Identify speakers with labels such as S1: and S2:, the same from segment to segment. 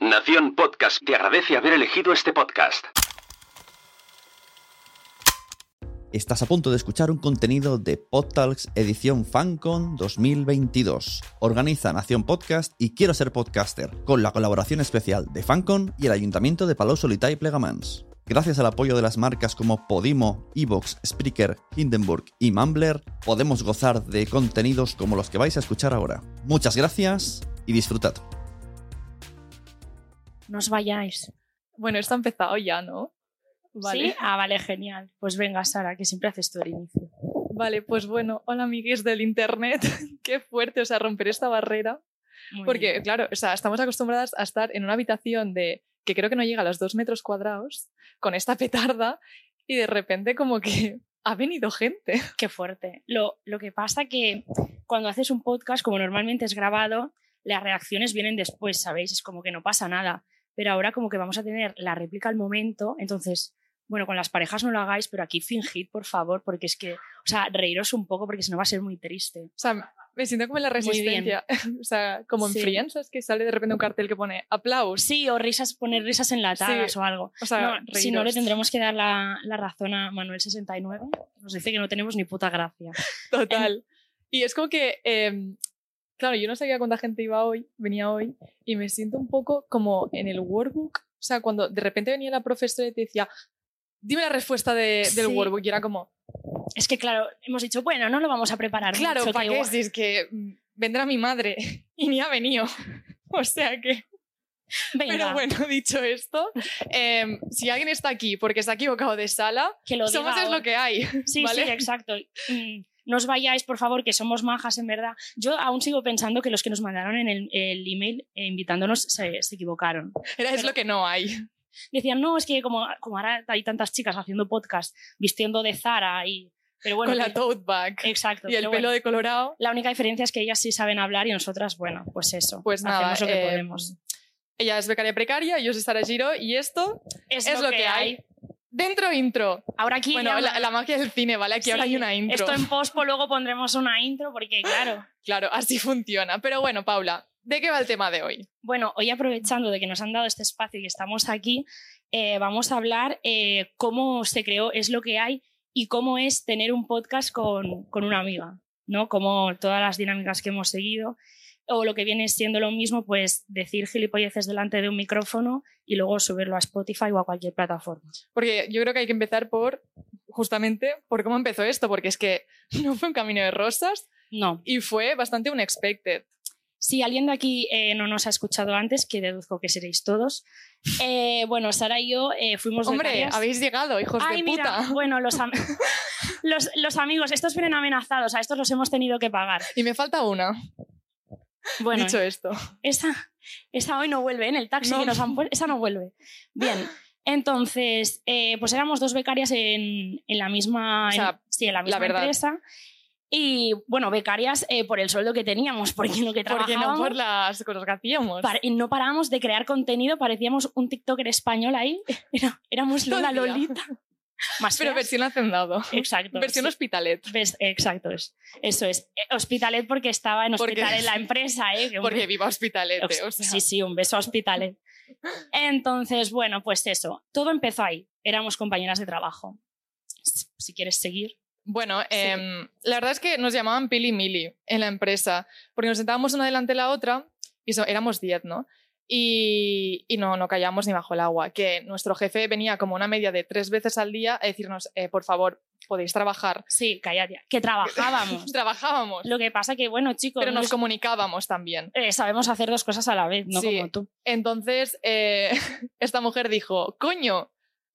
S1: Nación Podcast te agradece haber elegido este podcast.
S2: Estás a punto de escuchar un contenido de PodTalks edición FanCon 2022. Organiza Nación Podcast y Quiero Ser Podcaster, con la colaboración especial de FanCon y el Ayuntamiento de Palau Solità y Plegamans. Gracias al apoyo de las marcas como Podimo, Evox, Spreaker, Hindenburg y Mumbler, podemos gozar de contenidos como los que vais a escuchar ahora. Muchas gracias y disfrutad.
S3: No os vayáis.
S4: Bueno, esto ha empezado ya, ¿no? Vale.
S3: ¿Sí? Ah, vale, genial. Pues venga, Sara, que siempre haces tú el inicio.
S4: Vale, pues bueno, hola amigues del internet. Qué fuerte, o sea, romper esta barrera.
S3: Muy
S4: Porque,
S3: bien.
S4: claro, o sea, estamos acostumbradas a estar en una habitación de que creo que no llega a los dos metros cuadrados, con esta petarda, y de repente como que ha venido gente.
S3: Qué fuerte. Lo, lo que pasa que cuando haces un podcast, como normalmente es grabado, las reacciones vienen después, ¿sabéis? Es como que no pasa nada. Pero ahora como que vamos a tener la réplica al momento. Entonces, bueno, con las parejas no lo hagáis, pero aquí fingid, por favor, porque es que, o sea, reíros un poco porque si no va a ser muy triste.
S4: O sea, me siento como en la
S3: bien.
S4: resistencia. O sea, como en
S3: Sí.
S4: Friends, es que sale de repente un cartel que pone aplausos.
S3: Sí, o risas, poner risas enlatadas
S4: Sí.
S3: o algo.
S4: O sea,
S3: No, si no,
S4: reíros.
S3: le tendremos que dar la, la razón a Manuel69. Nos dice que no tenemos ni puta gracia.
S4: Total. Y es como que, em, claro, yo no sabía cuánta gente iba hoy, venía hoy, y me siento un poco como en el workbook. O sea, cuando de repente venía la profesora y te decía, dime la respuesta de- del
S3: Sí.
S4: workbook. Y era como,
S3: Es que, claro, hemos dicho, bueno, no lo vamos a preparar.
S4: claro,
S3: mucho,
S4: ¿para
S3: que
S4: qué?
S3: igual-
S4: Si es que mm, vendrá mi madre y ni ha venido. O sea que,
S3: Venga,
S4: pero bueno, dicho esto, em, si alguien está aquí porque se ha equivocado de sala,
S3: que lo diga
S4: somos es
S3: ahora.
S4: lo que hay.
S3: Sí,
S4: ¿vale?
S3: sí, exacto. Mm, No os vayáis, por favor, que somos majas, en verdad. Yo aún sigo pensando que los que nos mandaron en el, el email eh, invitándonos se, se equivocaron.
S4: Era, es
S3: pero-
S4: lo que no hay.
S3: Decían, no, es que como, como ahora hay tantas chicas haciendo podcast, vistiendo de Zara y... Pero bueno,
S4: Con la
S3: que-
S4: tote bag
S3: exacto.
S4: y el
S3: pero
S4: pelo
S3: bueno.
S4: de colorado.
S3: La única diferencia es que ellas sí saben hablar y nosotras, bueno, pues eso.
S4: Pues nada,
S3: hacemos lo que
S4: eh,
S3: podemos.
S4: Ella es becaria precaria, yo soy Sara Giro y esto, es lo que hay. dentro intro.
S3: Ahora aquí.
S4: Bueno,
S3: ya-
S4: la, la magia del cine, ¿vale? Aquí
S3: Sí,
S4: ahora hay una intro.
S3: Esto em- en pospo luego pondremos una intro porque, claro.
S4: Claro, así funciona. Pero bueno, Paula, ¿de qué va el tema de hoy?
S3: Bueno, hoy aprovechando de que nos han dado este espacio y estamos aquí, eh, vamos a hablar eh, cómo se creó Es lo que hay y cómo es tener un podcast con, con una amiga, ¿no? Como todas las dinámicas que hemos seguido o lo que viene siendo lo mismo, pues decir gilipolleces delante de un micrófono y luego subirlo a Spotify o a cualquier plataforma.
S4: Porque yo creo que hay que empezar por, justamente, por cómo empezó esto, porque es que no fue un camino de rosas
S3: No,
S4: y fue bastante unexpected.
S3: Si alguien de aquí eh, no nos ha escuchado antes, que deduzco que seréis todos, eh, bueno, Sara y yo eh, fuimos
S4: Hombre,
S3: becarias.
S4: habéis llegado, hijos
S3: Ay,
S4: de
S3: mira,
S4: puta.
S3: bueno, los, am- los, los amigos, estos vienen amenazados, a estos los hemos tenido que pagar.
S4: Y me falta una,
S3: Bueno,
S4: dicho esto.
S3: esa, esa hoy no vuelve, ¿eh? en el taxi
S4: No.
S3: que nos han puesto, esa no vuelve. Bien, entonces, eh, pues éramos dos becarias en, en la misma,
S4: O sea,
S3: en- sí, en la misma
S4: verdad.
S3: empresa. Y bueno, becarias eh, por el sueldo que teníamos, porque en lo que
S4: Porque
S3: trabajábamos.
S4: no por las cosas que hacíamos.
S3: Par- y no parábamos de crear contenido, parecíamos un TikToker español ahí. Era- éramos
S4: Todo el
S3: Lola
S4: día.
S3: Lolita. Más
S4: Pero
S3: feas.
S4: versión hacendado.
S3: Exacto.
S4: Versión
S3: sí.
S4: hospitalet.
S3: Ves- Exacto, es. eso es. Eh, Hospitalet porque estaba en
S4: Porque-
S3: Hospitalet la empresa, ¿eh? que un-
S4: Porque viva hospitalet.
S3: Ox-
S4: o sea.
S3: Sí, sí, un beso a Hospitalet. Entonces, bueno, pues eso. Todo empezó ahí. Éramos compañeras de trabajo. S- Si quieres seguir.
S4: Bueno, em, la verdad es que nos llamaban Pili y Mili en la empresa, porque nos sentábamos una delante de la otra y so- éramos 10, ¿no? Y, y no, no callábamos ni bajo el agua, que nuestro jefe venía como una media de tres veces al día a decirnos, eh, por favor, podéis trabajar.
S3: Sí, cállate. Que trabajábamos.
S4: Trabajábamos,
S3: Lo que pasa que, bueno, chicos,
S4: pero
S3: no
S4: nos
S3: es-
S4: comunicábamos también.
S3: eh, sabemos hacer dos cosas a la vez, no
S4: Sí.
S3: como tú.
S4: Entonces, eh, esta mujer dijo, coño,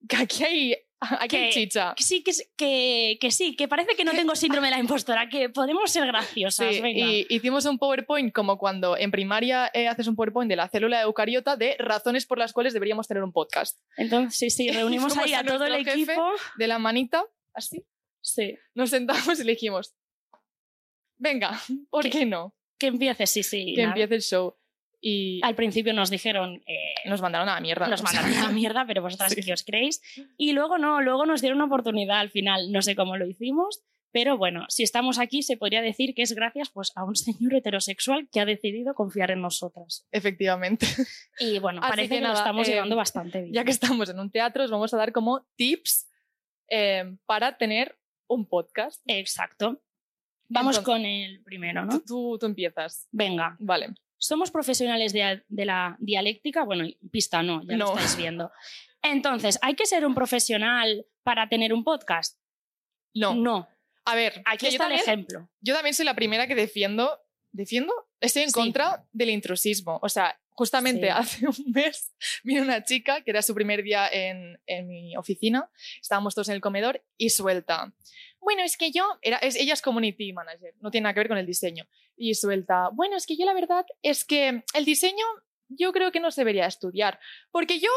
S4: que aquí hay, aquí hay
S3: Que-
S4: chicha.
S3: Que sí, que, s- que, que sí, que parece que no tengo síndrome de la impostora, que podemos ser graciosas,
S4: Sí,
S3: venga.
S4: y hicimos un PowerPoint como cuando en primaria eh, haces un PowerPoint de la célula eucariota de razones por las cuales deberíamos tener un podcast.
S3: Entonces, sí, sí, reunimos
S4: Fuimos
S3: ahí
S4: a
S3: a todo el
S4: nuestro jefe.
S3: equipo.
S4: De la manita, así,
S3: Sí.
S4: nos sentamos y le dijimos, venga, ¿por qué,
S3: Que-
S4: no?
S3: Que empiece, sí, sí.
S4: Que
S3: nada.
S4: empiece el show. Y
S3: Al principio nos dijeron, eh,
S4: nos mandaron a la mierda.
S3: nos
S4: o sea,
S3: mandaron a la mierda, pero vosotras
S4: Sí.
S3: que os creéis. Y luego no, luego nos dieron una oportunidad al final, no sé cómo lo hicimos, Pero bueno, si estamos aquí, se podría decir que es gracias pues, a un señor heterosexual que ha decidido confiar en nosotras.
S4: Efectivamente.
S3: Y bueno,
S4: Así
S3: parece
S4: que
S3: que, lo
S4: nada,
S3: estamos
S4: eh,
S3: llevando bastante bien.
S4: Ya que estamos en un teatro, os vamos a dar como tips eh, para tener un podcast.
S3: Exacto. Vamos
S4: Entonces-
S3: con el primero, ¿no?
S4: Tú- Tú, tú empiezas.
S3: Venga,
S4: Vale.
S3: somos profesionales de, de la dialéctica, bueno, pista no, ya
S4: No.
S3: lo estáis viendo. Entonces, ¿hay que ser un profesional para tener un podcast?
S4: No. A ver,
S3: Aquí
S4: que yo,
S3: está el
S4: también,
S3: ejemplo.
S4: yo también soy la primera que defiendo. ¿Defiendo? Estoy en
S3: Sí.
S4: contra del intrusismo. O sea, justamente
S3: Sí.
S4: hace un mes vino una chica que era su primer día en, en mi oficina. Estábamos todos en el comedor y suelta. Bueno, es que yo, era, es- ella es community manager, no tiene nada que ver con el diseño. Y suelta, bueno, es que yo la verdad es que el diseño yo creo que no se debería estudiar, porque yo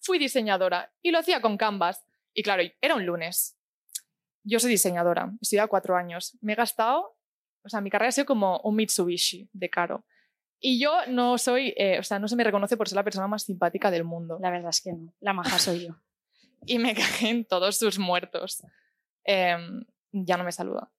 S4: fui diseñadora y lo hacía con Canvas. Y claro, era un lunes. Yo soy diseñadora, estudiaba cuatro años. Me he gastado, o sea, mi carrera ha sido como un Mitsubishi de caro. Y yo no soy, eh, o sea, no se me reconoce por ser la persona más simpática del mundo.
S3: La verdad es que no. La maja soy yo.
S4: Y me cagué en todos sus muertos. Em, ya no me saluda.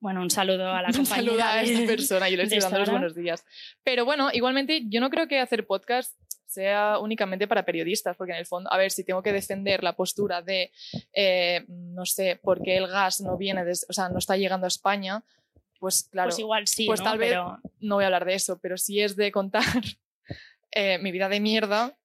S3: Bueno, un saludo a la
S4: Un
S3: compañera.
S4: saludo a
S3: de-
S4: esta persona, yo le
S3: de
S4: estoy dando los
S3: Sara.
S4: buenos días. Pero bueno, igualmente yo no creo que hacer podcast sea únicamente para periodistas, porque en el fondo, a ver, si tengo que defender la postura de, eh, no sé, por qué el gas no viene, des- o sea, no está llegando a España, pues claro,
S3: Pues igual sí,
S4: Pues
S3: ¿no?
S4: tal vez-
S3: Pero
S4: no voy a hablar de eso, pero si es de contar eh, mi vida de mierda,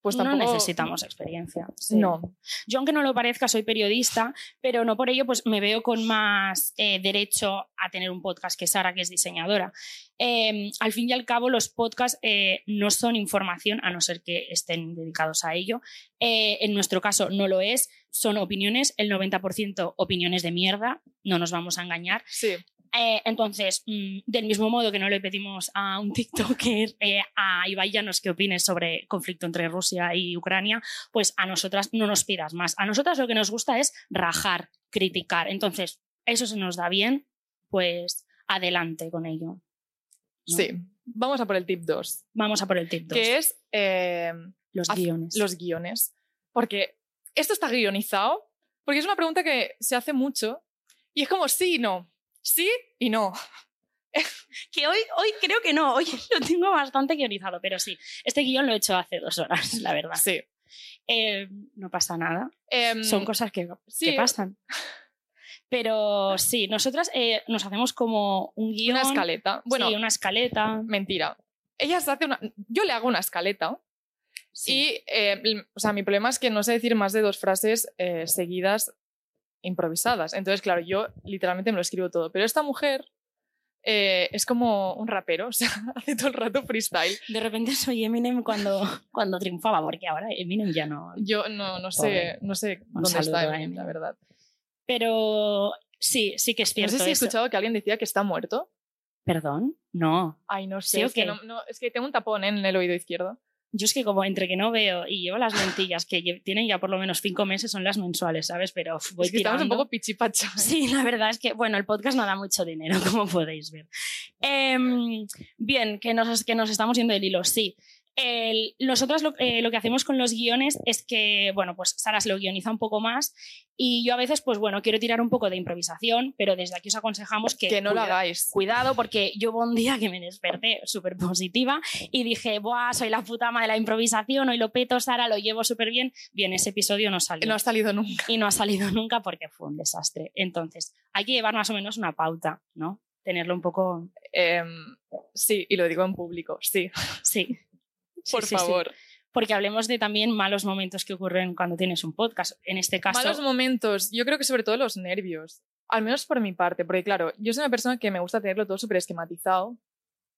S4: pues
S3: no
S4: tampoco...
S3: necesitamos experiencia. sí.
S4: No,
S3: Yo, aunque no lo parezca, soy periodista, pero no por ello pues me veo con más eh, derecho a tener un podcast que Sara, que es diseñadora. Eh, al fin y al cabo, los podcasts eh, no son información, a no ser que estén dedicados a ello. Eh, en nuestro caso no lo es, son opiniones, el 90% opiniones de mierda, no nos vamos a engañar.
S4: sí,
S3: Eh, entonces, mm, del mismo modo que no le pedimos a un TikToker, eh, a Ibai Llanos que opine sobre conflicto entre Rusia y Ucrania, pues a nosotras no nos pidas más. A nosotras lo que nos gusta es rajar, criticar. Entonces, eso se nos da bien, pues adelante con ello. ¿no?
S4: sí. Vamos a por el tip 2,
S3: Vamos a por el tip 2.
S4: que es... em,
S3: Los
S4: haz
S3: guiones.
S4: los guiones. Porque esto está guionizado, porque es una pregunta que se hace mucho y es como sí y no, sí y no.
S3: Que hoy, hoy creo que no, hoy lo tengo bastante guionizado, pero sí. Este guión lo he hecho hace dos horas, la verdad.
S4: Sí.
S3: Eh, mm, no pasa nada.
S4: Em,
S3: son cosas que, que
S4: sí.
S3: pasan. Pero sí, nosotras eh, nos hacemos como un guión.
S4: una escaleta. Bueno,
S3: sí, una escaleta.
S4: mentira. Ella se hace una... Yo le hago una escaleta
S3: sí.
S4: y, em, l- o sea, mi problema es que no sé decir más de dos frases eh, seguidas improvisadas. Entonces, claro, yo literalmente me lo escribo todo. Pero esta mujer eh, es como un rapero, o sea, hace todo el rato freestyle.
S3: De repente soy Eminem cuando, cuando triunfaba, porque ahora Eminem ya no.
S4: Yo no, no sé,
S3: Pobre.
S4: no sé
S3: Un
S4: dónde
S3: saludo
S4: está,
S3: a
S4: Eminem,
S3: Eminem.
S4: la verdad.
S3: Pero sí, sí que es
S4: No
S3: cierto.
S4: sé si he
S3: eso.
S4: escuchado que alguien decía que está muerto.
S3: Perdón, no.
S4: Ay, no sé.
S3: ¿Sí o
S4: es, que
S3: qué?
S4: no- no, es que tengo un tapón ¿eh? en el oído izquierdo.
S3: Yo es que como entre que no veo y llevo las lentillas que lle- tienen ya por lo menos cinco meses son las mensuales, ¿sabes? Pero uf, voy
S4: es que estamos un
S3: tirando.
S4: poco pichipacha. ¿eh?
S3: Sí, la verdad es que, bueno, el podcast no da mucho dinero, como podéis ver. Em, bien, que nos, que nos estamos yendo del hilo, sí. El- nosotras lo, eh, lo que hacemos con los guiones es que, bueno, pues Sara se lo guioniza un poco más y yo a veces, pues bueno, quiero tirar un poco de improvisación, pero desde aquí os aconsejamos que...
S4: Que no lo
S3: cuida-
S4: hagáis.
S3: Cuidado, porque yo hubo un día que me desperté súper positiva y dije, ¡buah! Soy la puta ama de la improvisación, hoy lo peto, Sara, lo llevo súper bien. Bien, ese episodio no salió
S4: No ha salido nunca.
S3: y no ha salido nunca porque fue un desastre. Entonces, hay que llevar más o menos una pauta, ¿no? Tenerlo un poco.
S4: Em, sí, y lo digo en público, sí.
S3: Sí. Sí,
S4: Por
S3: sí, sí.
S4: favor.
S3: Porque hablemos de también malos momentos que ocurren cuando tienes un podcast. En este caso,
S4: Malos momentos. Yo creo que sobre todo los nervios. Al menos por mi parte, porque claro, yo soy una persona que me gusta tenerlo todo súper esquematizado.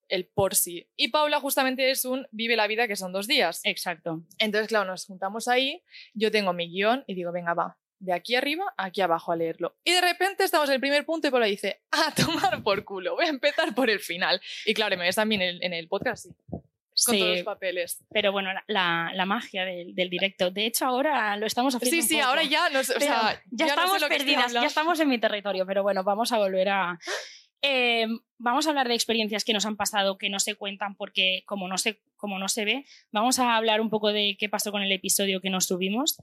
S4: El por sí. Y Paula justamente es un vive la vida que son dos días.
S3: exacto.
S4: Entonces, claro, nos juntamos ahí, yo tengo mi guión y digo, venga, va, de aquí arriba a aquí abajo a leerlo. Y de repente estamos en el primer punto y Paula dice, a tomar por culo, voy a empezar por el final. Y claro, me ves también en, en el podcast, sí, con todos
S3: Sí,
S4: los papeles.
S3: pero bueno, la, la- la magia del, del directo. De hecho, ahora lo estamos haciendo.
S4: Sí,
S3: un
S4: sí,
S3: poco.
S4: ahora ya, no sé, o
S3: Pero
S4: sea,
S3: ya,
S4: no sé
S3: estamos
S4: lo que estoy
S3: perdidas, ya
S4: hablando.
S3: estamos en mi territorio, pero bueno, vamos a volver a... Eh, vamos a hablar de experiencias que nos han pasado, que no se cuentan porque como no se, como no se ve, vamos a hablar un poco de qué pasó con el episodio que nos subimos.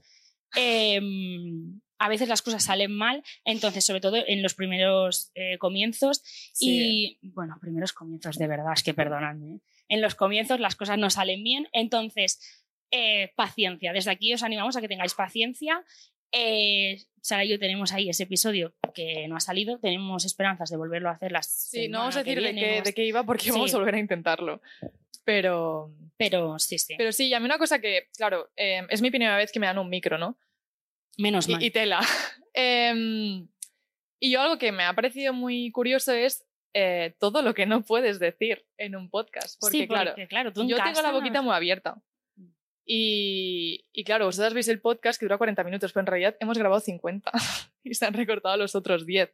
S3: Em, a veces las cosas salen mal, entonces, sobre todo en los primeros eh, comienzos, y bueno, primeros comienzos, de verdad, es que perdonadme. ¿eh? En los comienzos las cosas no salen bien, entonces, eh, paciencia. Desde aquí os animamos a que tengáis paciencia. Eh, Sara y yo tenemos ahí ese episodio que no ha salido, tenemos esperanzas de volverlo a hacer las.
S4: Sí, no vamos a
S3: semana que
S4: decir
S3: viene
S4: de
S3: o
S4: qué,
S3: así.
S4: de qué iba porque
S3: Sí.
S4: vamos a volver a intentarlo. Pero,
S3: Pero sí, sí.
S4: pero sí, y a mí una cosa que, claro, eh, es mi primera vez que me dan un micro, ¿no?
S3: Menos
S4: Y-
S3: mal.
S4: Y, tela. Em, y yo algo que me ha parecido muy curioso es eh, todo lo que no puedes decir en un podcast. Porque,
S3: sí,
S4: claro,
S3: porque, claro, tú en
S4: yo tengo la
S3: casa-
S4: boquita muy abierta. Y, y claro, vosotras veis el podcast que dura 40 minutos, pero en realidad hemos grabado 50 y se han recortado los otros 10.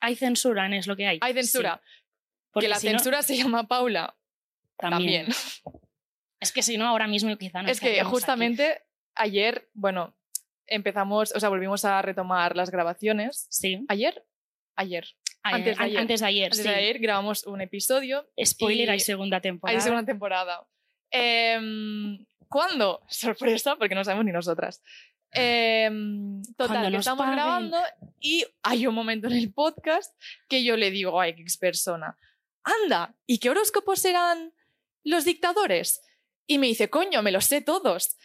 S3: Hay censura, es lo que hay.
S4: Hay censura,
S3: Sí,
S4: que la
S3: si no,
S4: censura se llama Paula también.
S3: Es que si no, ahora mismo quizá no
S4: es que
S3: estaríamos aquí.
S4: justamente ayer, bueno, empezamos, o sea, volvimos a retomar las grabaciones.
S3: Sí,
S4: ¿Ayer? Ayer.
S3: ayer-
S4: Antes de
S3: an-
S4: ayer.
S3: antes de ayer,
S4: Antes
S3: sí.
S4: de ayer grabamos un episodio.
S3: Spoiler,
S4: y-
S3: hay segunda temporada.
S4: Hay segunda temporada. Em, ¿Cuándo? Sorpresa, porque no sabemos ni nosotras. Em,
S3: Cuando
S4: total, que
S3: nos
S4: estamos
S3: paguen.
S4: grabando y hay un momento en el podcast que yo le digo a X persona, anda, ¿y qué horóscopos serán los dictadores? Y me dice, coño, me los sé todos.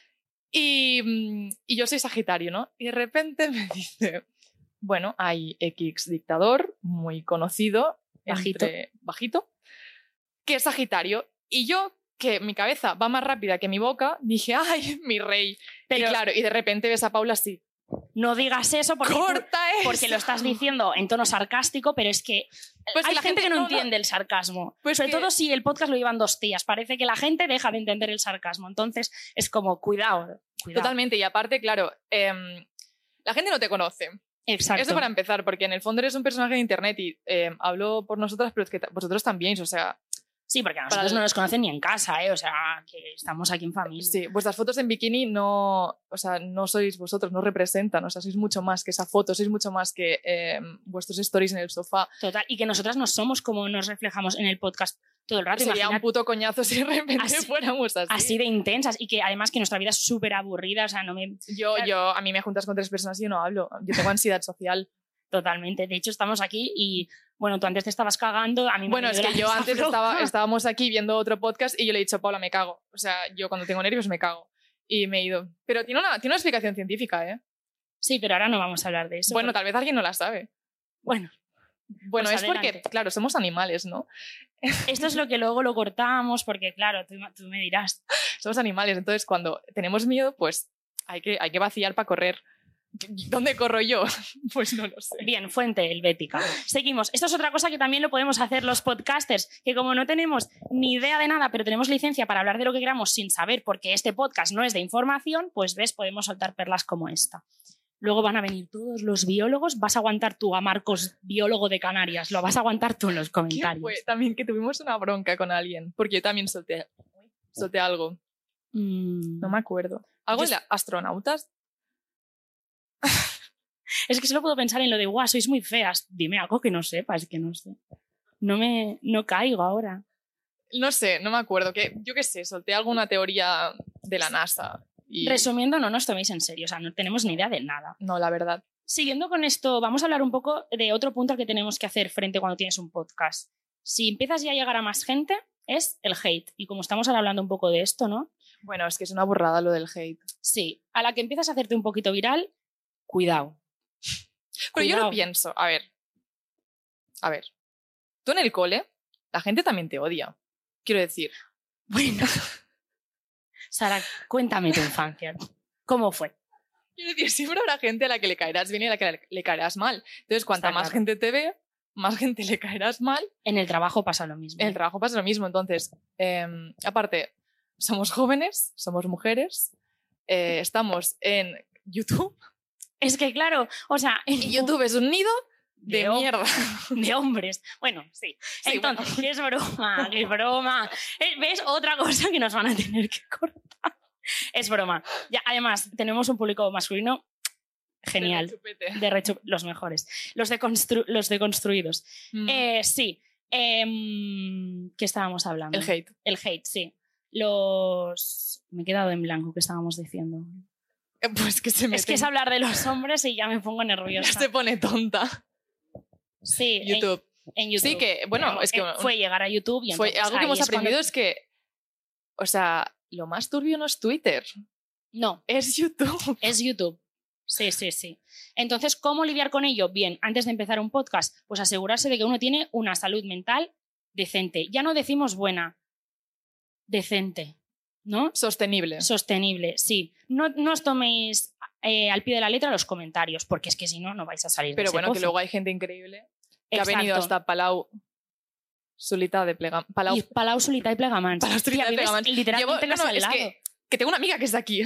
S4: Y, mm, y yo soy Sagitario, ¿no? Y de repente me dice, bueno, hay X dictador muy conocido,
S3: Bajito.
S4: entre- bajito, que es Sagitario. Y yo, que mi cabeza va más rápida que mi boca, dije, ay, mi rey.
S3: Pero
S4: y claro, y de repente ves a Paula así,
S3: no digas eso porque, tú-
S4: corta es.
S3: porque lo estás diciendo en tono sarcástico, pero es que
S4: Pues
S3: hay gente que no, entiende el sarcasmo.
S4: Pues
S3: Sobre
S4: que-
S3: todo si el podcast lo llevan dos tías. Parece que la gente deja de entender el sarcasmo. Entonces es como, cuidado. cuidado.
S4: Totalmente, y aparte, claro, em, la gente no te conoce.
S3: Exacto.
S4: Eso para empezar, porque en el fondo eres un personaje de internet y em, hablo por nosotras, pero es que ta- vosotros también, o sea,
S3: Sí, porque a nosotros
S4: el-
S3: no nos conocen ni en casa, ¿eh? O sea, que estamos aquí en familia.
S4: sí, vuestras fotos en bikini no, o sea, no sois vosotros, no representan, o sea, sois mucho más que esa foto, sois mucho más que em, vuestros stories en el sofá.
S3: Total. Y que nosotras no somos como nos reflejamos en el podcast todo el rato.
S4: Sería un
S3: Imagínate,
S4: puto coñazo si de repente
S3: Así-
S4: fuéramos así.
S3: así de intensas. Y que además que nuestra vida es súper aburrida. O sea, no me.
S4: Yo, yo, a mí me juntas con tres personas y yo no hablo, yo tengo ansiedad social.
S3: Totalmente. De hecho, estamos aquí y. Bueno, tú antes te estabas cagando. A mí me
S4: Bueno,
S3: ha
S4: es
S3: venido la
S4: que yo
S3: risa
S4: antes
S3: floja.
S4: estaba, estábamos aquí viendo otro podcast y yo le he dicho, Paula, me cago. O sea, yo cuando tengo nervios me cago. Y me he ido. Pero tiene una, tiene una explicación científica, ¿eh?
S3: Sí, pero ahora no vamos a hablar de eso.
S4: Bueno,
S3: porque-
S4: tal vez alguien no la sabe.
S3: bueno,
S4: Bueno,
S3: Pues
S4: es porque,
S3: adelante.
S4: claro, somos animales, ¿no?
S3: esto es lo que luego lo cortamos, porque claro, tú, tú me dirás.
S4: Somos animales. Entonces, cuando tenemos miedo, pues hay que, hay que vaciar para correr. ¿Dónde corro yo? Pues no lo sé.
S3: Bien, fuente helvética. Seguimos. Esto es otra cosa que también lo podemos hacer los podcasters, que como no tenemos ni idea de nada, pero tenemos licencia para hablar de lo que queramos sin saber, porque este podcast no es de información, pues ves, podemos soltar perlas como esta. Luego van a venir todos los biólogos, vas a aguantar tú a Marcos, biólogo de Canarias, lo vas a aguantar tú en los
S4: ¿Qué
S3: comentarios.
S4: fue? También que tuvimos una bronca con alguien, porque yo también solté, solté algo.
S3: Mm.
S4: No me acuerdo. ¿Algo
S3: Yo
S4: de astronautas?
S3: Es que solo puedo pensar en lo de, guau, sois muy feas. Dime algo que no sepas, que no sé. No me, no caigo ahora.
S4: No sé, no me acuerdo. Que, yo qué sé, solté alguna teoría de la NASA. Y...
S3: Resumiendo, no nos toméis en serio, o sea, no tenemos ni idea de nada.
S4: No, la verdad.
S3: Siguiendo con esto, vamos a hablar un poco de otro punto al que tenemos que hacer frente cuando tienes un podcast. Si empiezas ya a llegar a más gente, es el hate. Y como estamos ahora hablando un poco de esto, ¿no?
S4: Bueno, es que es una borrada lo del hate.
S3: Sí, a la que empiezas a hacerte un poquito viral, cuidado.
S4: Pero yo
S3: Cuidado.
S4: lo pienso. A ver. A ver. Tú en el cole, la gente también te odia. Quiero decir.
S3: Bueno. Sara, cuéntame tu infancia. ¿Cómo fue?
S4: Quiero decir, siempre habrá gente a la que le caerás bien y a la que le- le caerás mal. Entonces, cuanta
S3: Está
S4: más
S3: claro.
S4: gente te ve, más gente le caerás mal.
S3: En el trabajo pasa lo mismo.
S4: En el trabajo pasa lo mismo. Entonces, em, aparte, somos jóvenes, somos mujeres, eh, estamos en YouTube.
S3: Es que claro, o sea, en
S4: Y YouTube es un nido de,
S3: de, hom-
S4: mierda.
S3: de hombres. Bueno, sí.
S4: Sí,
S3: Entonces, que es broma, que es broma. Eh, ¿Ves otra cosa que nos van a tener que cortar? Es broma. Ya, además, tenemos un público masculino genial. Em,
S4: Chupete.
S3: De rechu- los mejores. Los, deconstru- los deconstruidos.
S4: Mm.
S3: Eh, sí. Em, ¿Qué estábamos hablando?
S4: el hate.
S3: El hate, sí. Los. Me he quedado en blanco, ¿qué estábamos diciendo?
S4: eh, pues que se me
S3: Es que es hablar de los hombres y ya me pongo nerviosa.
S4: se pone tonta.
S3: Sí, Eh, en-
S4: YouTube.
S3: En, YouTube.
S4: Sí que, bueno,
S3: Pero,
S4: es que
S3: eh, fue llegar a YouTube y
S4: fue-
S3: entonces
S4: algo que
S3: ahí
S4: hemos
S3: es cuando-
S4: aprendido es que, o sea, lo más turbio no es Twitter,
S3: No,
S4: es YouTube.
S3: es YouTube. Sí, sí, sí. Entonces, ¿cómo lidiar con ello? Bien, antes de empezar un podcast, pues asegurarse de que uno tiene una salud mental decente. Ya no decimos buena, decente, ¿no?
S4: Sostenible.
S3: Sostenible, sí. No, no os toméis eh, al pie de la letra los comentarios, porque es que si no, no vais a salir de
S4: Pero
S3: ese
S4: bueno, que
S3: pozo.
S4: luego hay gente increíble que ha
S3: Exacto.
S4: venido hasta Palau solita de plega, Palau.
S3: Y Palau Solita y Plegamans.
S4: Palau Solità i
S3: Tía, vives
S4: Plegamans.
S3: Literalmente
S4: Llevo- no,
S3: las
S4: no,
S3: al
S4: es
S3: lado.
S4: que, que tengo una amiga que es de aquí,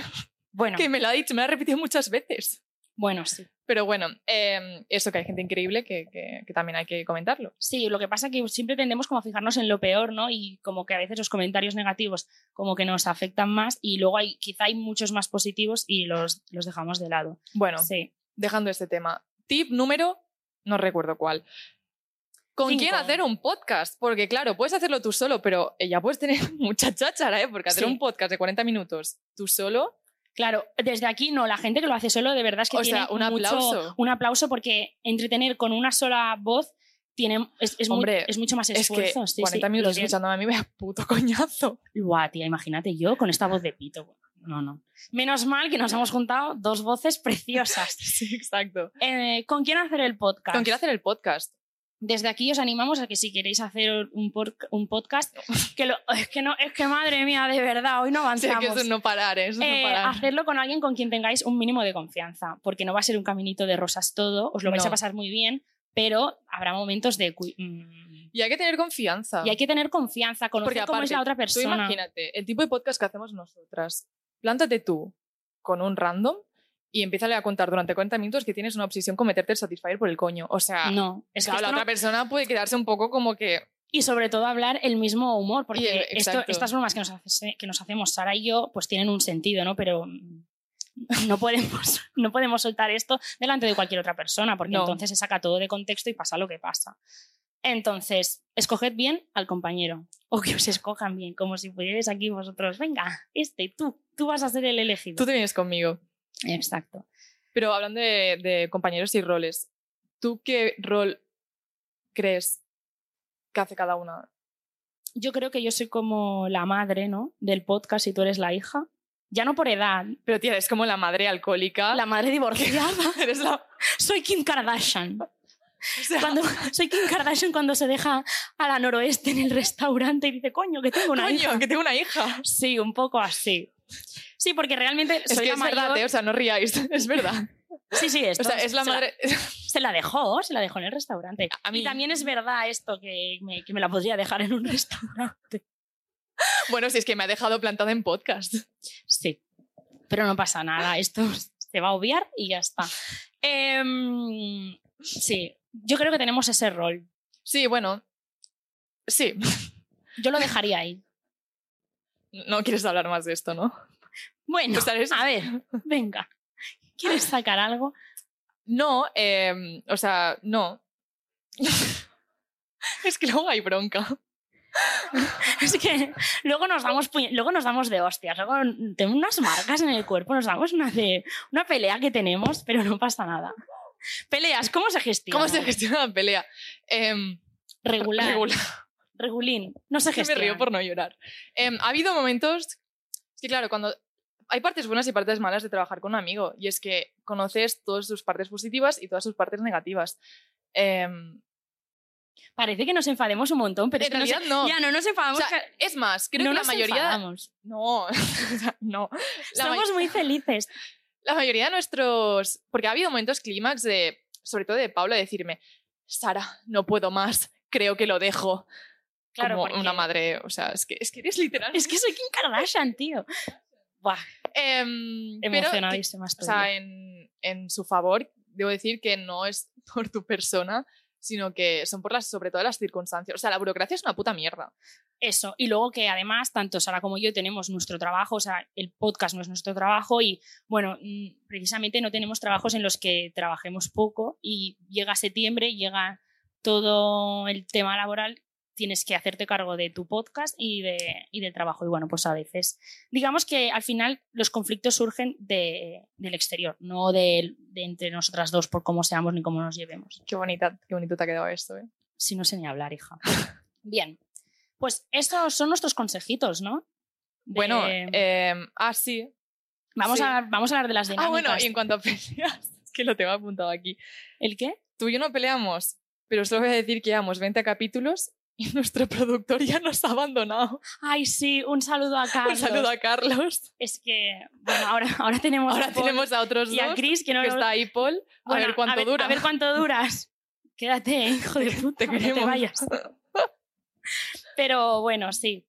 S3: Bueno,
S4: que me lo ha dicho, me lo ha repetido muchas veces.
S3: bueno, sí.
S4: Pero bueno, eh, eso que hay gente increíble que, que- que también hay que comentarlo.
S3: Sí, lo que pasa que siempre tendemos como a fijarnos en lo peor, ¿no? Y como que a veces los comentarios negativos como que nos afectan más y luego hay, quizá hay muchos más positivos y los, los dejamos de lado.
S4: Bueno,
S3: Sí.
S4: dejando este tema. Tip número, no recuerdo cuál. ¿Con
S3: Cinco.
S4: quién hacer un podcast? Porque claro, puedes hacerlo tú solo, pero eh, ya puedes tener mucha cháchara, ¿eh? Porque hacer
S3: Sí.
S4: un podcast de 40 minutos tú solo,
S3: Claro, desde aquí no, la gente que lo hace solo de verdad es que
S4: O
S3: tiene
S4: sea, un
S3: mucho-
S4: aplauso.
S3: un aplauso porque entretener con una sola voz tiene, es, es mu-
S4: Hombre,
S3: es mucho más
S4: es
S3: esfuerzo.
S4: que
S3: sí, sí,
S4: 40
S3: lo
S4: minutos
S3: tiene.
S4: escuchándome a mí me da puto coñazo.
S3: Buah, tía, imagínate yo con esta voz de pito. No, no. Menos mal que nos hemos juntado dos voces preciosas.
S4: Sí, exacto.
S3: Eh, ¿Con quién hacer el podcast?
S4: ¿Con quién hacer el podcast?
S3: desde aquí os animamos a que si queréis hacer un, por- un podcast, que lo, es que no, es que madre mía, de verdad, hoy no
S4: Sí,
S3: avanzamos.
S4: que eso es no parar, ¿eh? eso es
S3: Eh,
S4: no parar.
S3: hacerlo con alguien con quien tengáis un mínimo de confianza, porque no va a ser un caminito de rosas todo, os lo vais
S4: No.
S3: a pasar muy bien, pero habrá momentos de... cui- mm,
S4: Y hay que tener confianza.
S3: Y hay que tener confianza, conocer
S4: Porque
S3: cómo es
S4: aparte,
S3: la otra
S4: Tú
S3: persona.
S4: imagínate, el tipo de podcast que hacemos nosotras. Plántate tú con un random y empiezale a contar durante 40 minutos que tienes una obsesión con meterte el Satisfyer por el coño. O sea,
S3: No, es que
S4: claro, la
S3: esto no-
S4: otra persona puede quedarse un poco como que...
S3: Y sobre todo hablar el mismo humor, porque
S4: Y el-
S3: esto-
S4: exacto.
S3: estas bromas que nos, hace- que nos hacemos Sara y yo, pues tienen un sentido, ¿no? Pero mm, no podemos, no podemos soltar esto delante de cualquier otra persona, porque
S4: No.
S3: entonces se saca todo de contexto y pasa lo que pasa. Entonces, escoged bien al compañero, o que os escojan bien, como si pudierais aquí vosotros, venga, este, tú, tú vas a ser el elegido.
S4: Tú te vienes conmigo.
S3: Exacto.
S4: Pero hablando de, de compañeros y roles, ¿tú qué rol crees que hace cada una?
S3: Yo creo que yo soy como la madre, ¿no? Del podcast y tú eres la hija. Ya no por edad,
S4: Pero tía, es como la madre alcohólica.
S3: la madre divorciada.
S4: Eres la...
S3: soy Kim Kardashian.
S4: o sea,
S3: Cuando, soy Kim Kardashian cuando se deja a la noroeste en el restaurante y dice, coño, que tengo una
S4: coño,
S3: hija".
S4: que tengo una hija.
S3: Sí, un poco así. Sí, porque realmente
S4: Es
S3: soy
S4: que
S3: la
S4: es
S3: mayor.
S4: verdad, ¿eh? o sea, no ríais, es verdad.
S3: Sí, sí, esto
S4: O sea, es la
S3: se
S4: madre...
S3: se la dejó, se la dejó en el restaurante.
S4: A- a mí-
S3: Y también es verdad esto, que me, que me la podría dejar en un restaurante.
S4: Bueno, si es que me ha dejado plantada en podcast.
S3: Sí, pero no pasa nada, esto se va a obviar y ya está. Em, sí, yo creo que tenemos ese rol.
S4: Sí, bueno. Sí.
S3: Yo lo dejaría ahí.
S4: No quieres hablar más de esto, ¿no?
S3: Bueno,
S4: O sea, eres-
S3: a ver, venga. ¿Quieres sacar algo?
S4: No, eh, o sea, no. es que luego hay bronca.
S3: Es que luego nos damos, puñ- luego nos damos de hostias, luego tenemos unas marcas en el cuerpo, nos damos una, de, una pelea que tenemos, pero no pasa nada. Peleas, ¿cómo se gestiona?
S4: ¿Cómo se gestiona la pelea? Em,
S3: Regular,
S4: regular.
S3: regulín, no se
S4: Es que me
S3: gestiona.
S4: río por no llorar. Em, ha habido momentos... Es que claro, cuando... Hay partes buenas y partes malas de trabajar con un amigo. Y es que conoces todas sus partes positivas y todas sus partes negativas. Em,
S3: Parece que nos enfademos un montón, pero es
S4: en
S3: que no
S4: realidad
S3: se-
S4: no.
S3: ya no nos
S4: O
S3: enfadamos.
S4: sea,
S3: ca-
S4: es más, creo
S3: no
S4: que la
S3: nos
S4: mayoría...
S3: enfadamos.
S4: No, o sea, no. La, ma-
S3: Somos muy felices.
S4: la mayoría de nuestros... Porque ha habido momentos clímax de, sobre todo de Paula, decirme, Sara, no puedo más, creo que lo dejo.
S3: Claro,
S4: Como
S3: porque-
S4: una madre, o sea, es que, es que eres literal.
S3: Es que soy Kim Kardashian, tío. Buah,
S4: Em, pero,
S3: emocionadísima
S4: o
S3: estoy. eh.
S4: sea, en, en su favor, debo decir que no es por tu persona, sino que son por las, sobre todo las circunstancias. O sea, la burocracia es una puta mierda.
S3: Eso, y luego que además, tanto Sara como yo tenemos nuestro trabajo, o sea, el podcast no es nuestro trabajo y, bueno, mm, precisamente no tenemos trabajos en los que trabajemos poco y llega septiembre, llega todo el tema laboral tienes que hacerte cargo de tu podcast y, de, y del trabajo. Y bueno, pues a veces, digamos que al final los conflictos surgen de, del exterior, no de, de entre nosotras dos por cómo seamos ni cómo nos llevemos.
S4: Qué bonita, qué bonito te ha quedado esto, ¿eh?
S3: Si no sé ni hablar, hija. Bien, pues estos son nuestros consejitos, ¿no? De-
S4: Bueno, eh, ah, sí.
S3: vamos,
S4: sí.
S3: a, vamos a hablar de las dinámicas.
S4: Ah, bueno, y en cuanto a peleas, es que lo tengo apuntado aquí.
S3: ¿El qué?
S4: Tú y yo no peleamos, pero solo voy a decir que llevamos 20 capítulos y nuestro productor ya nos ha abandonado.
S3: Ay, sí, un saludo a Carlos.
S4: Un saludo a Carlos.
S3: Es que, bueno, ahora, ahora tenemos
S4: Ahora
S3: a Paul
S4: tenemos a otros
S3: y a
S4: dos, que
S3: Chris, que no lo-
S4: está ahí Paul. A
S3: Bueno,
S4: ver cuánto
S3: a ver,
S4: dura.
S3: A ver cuánto duras. Quédate, hijo de puta,
S4: Te
S3: no te
S4: queremos.
S3: vayas. Pero bueno, sí.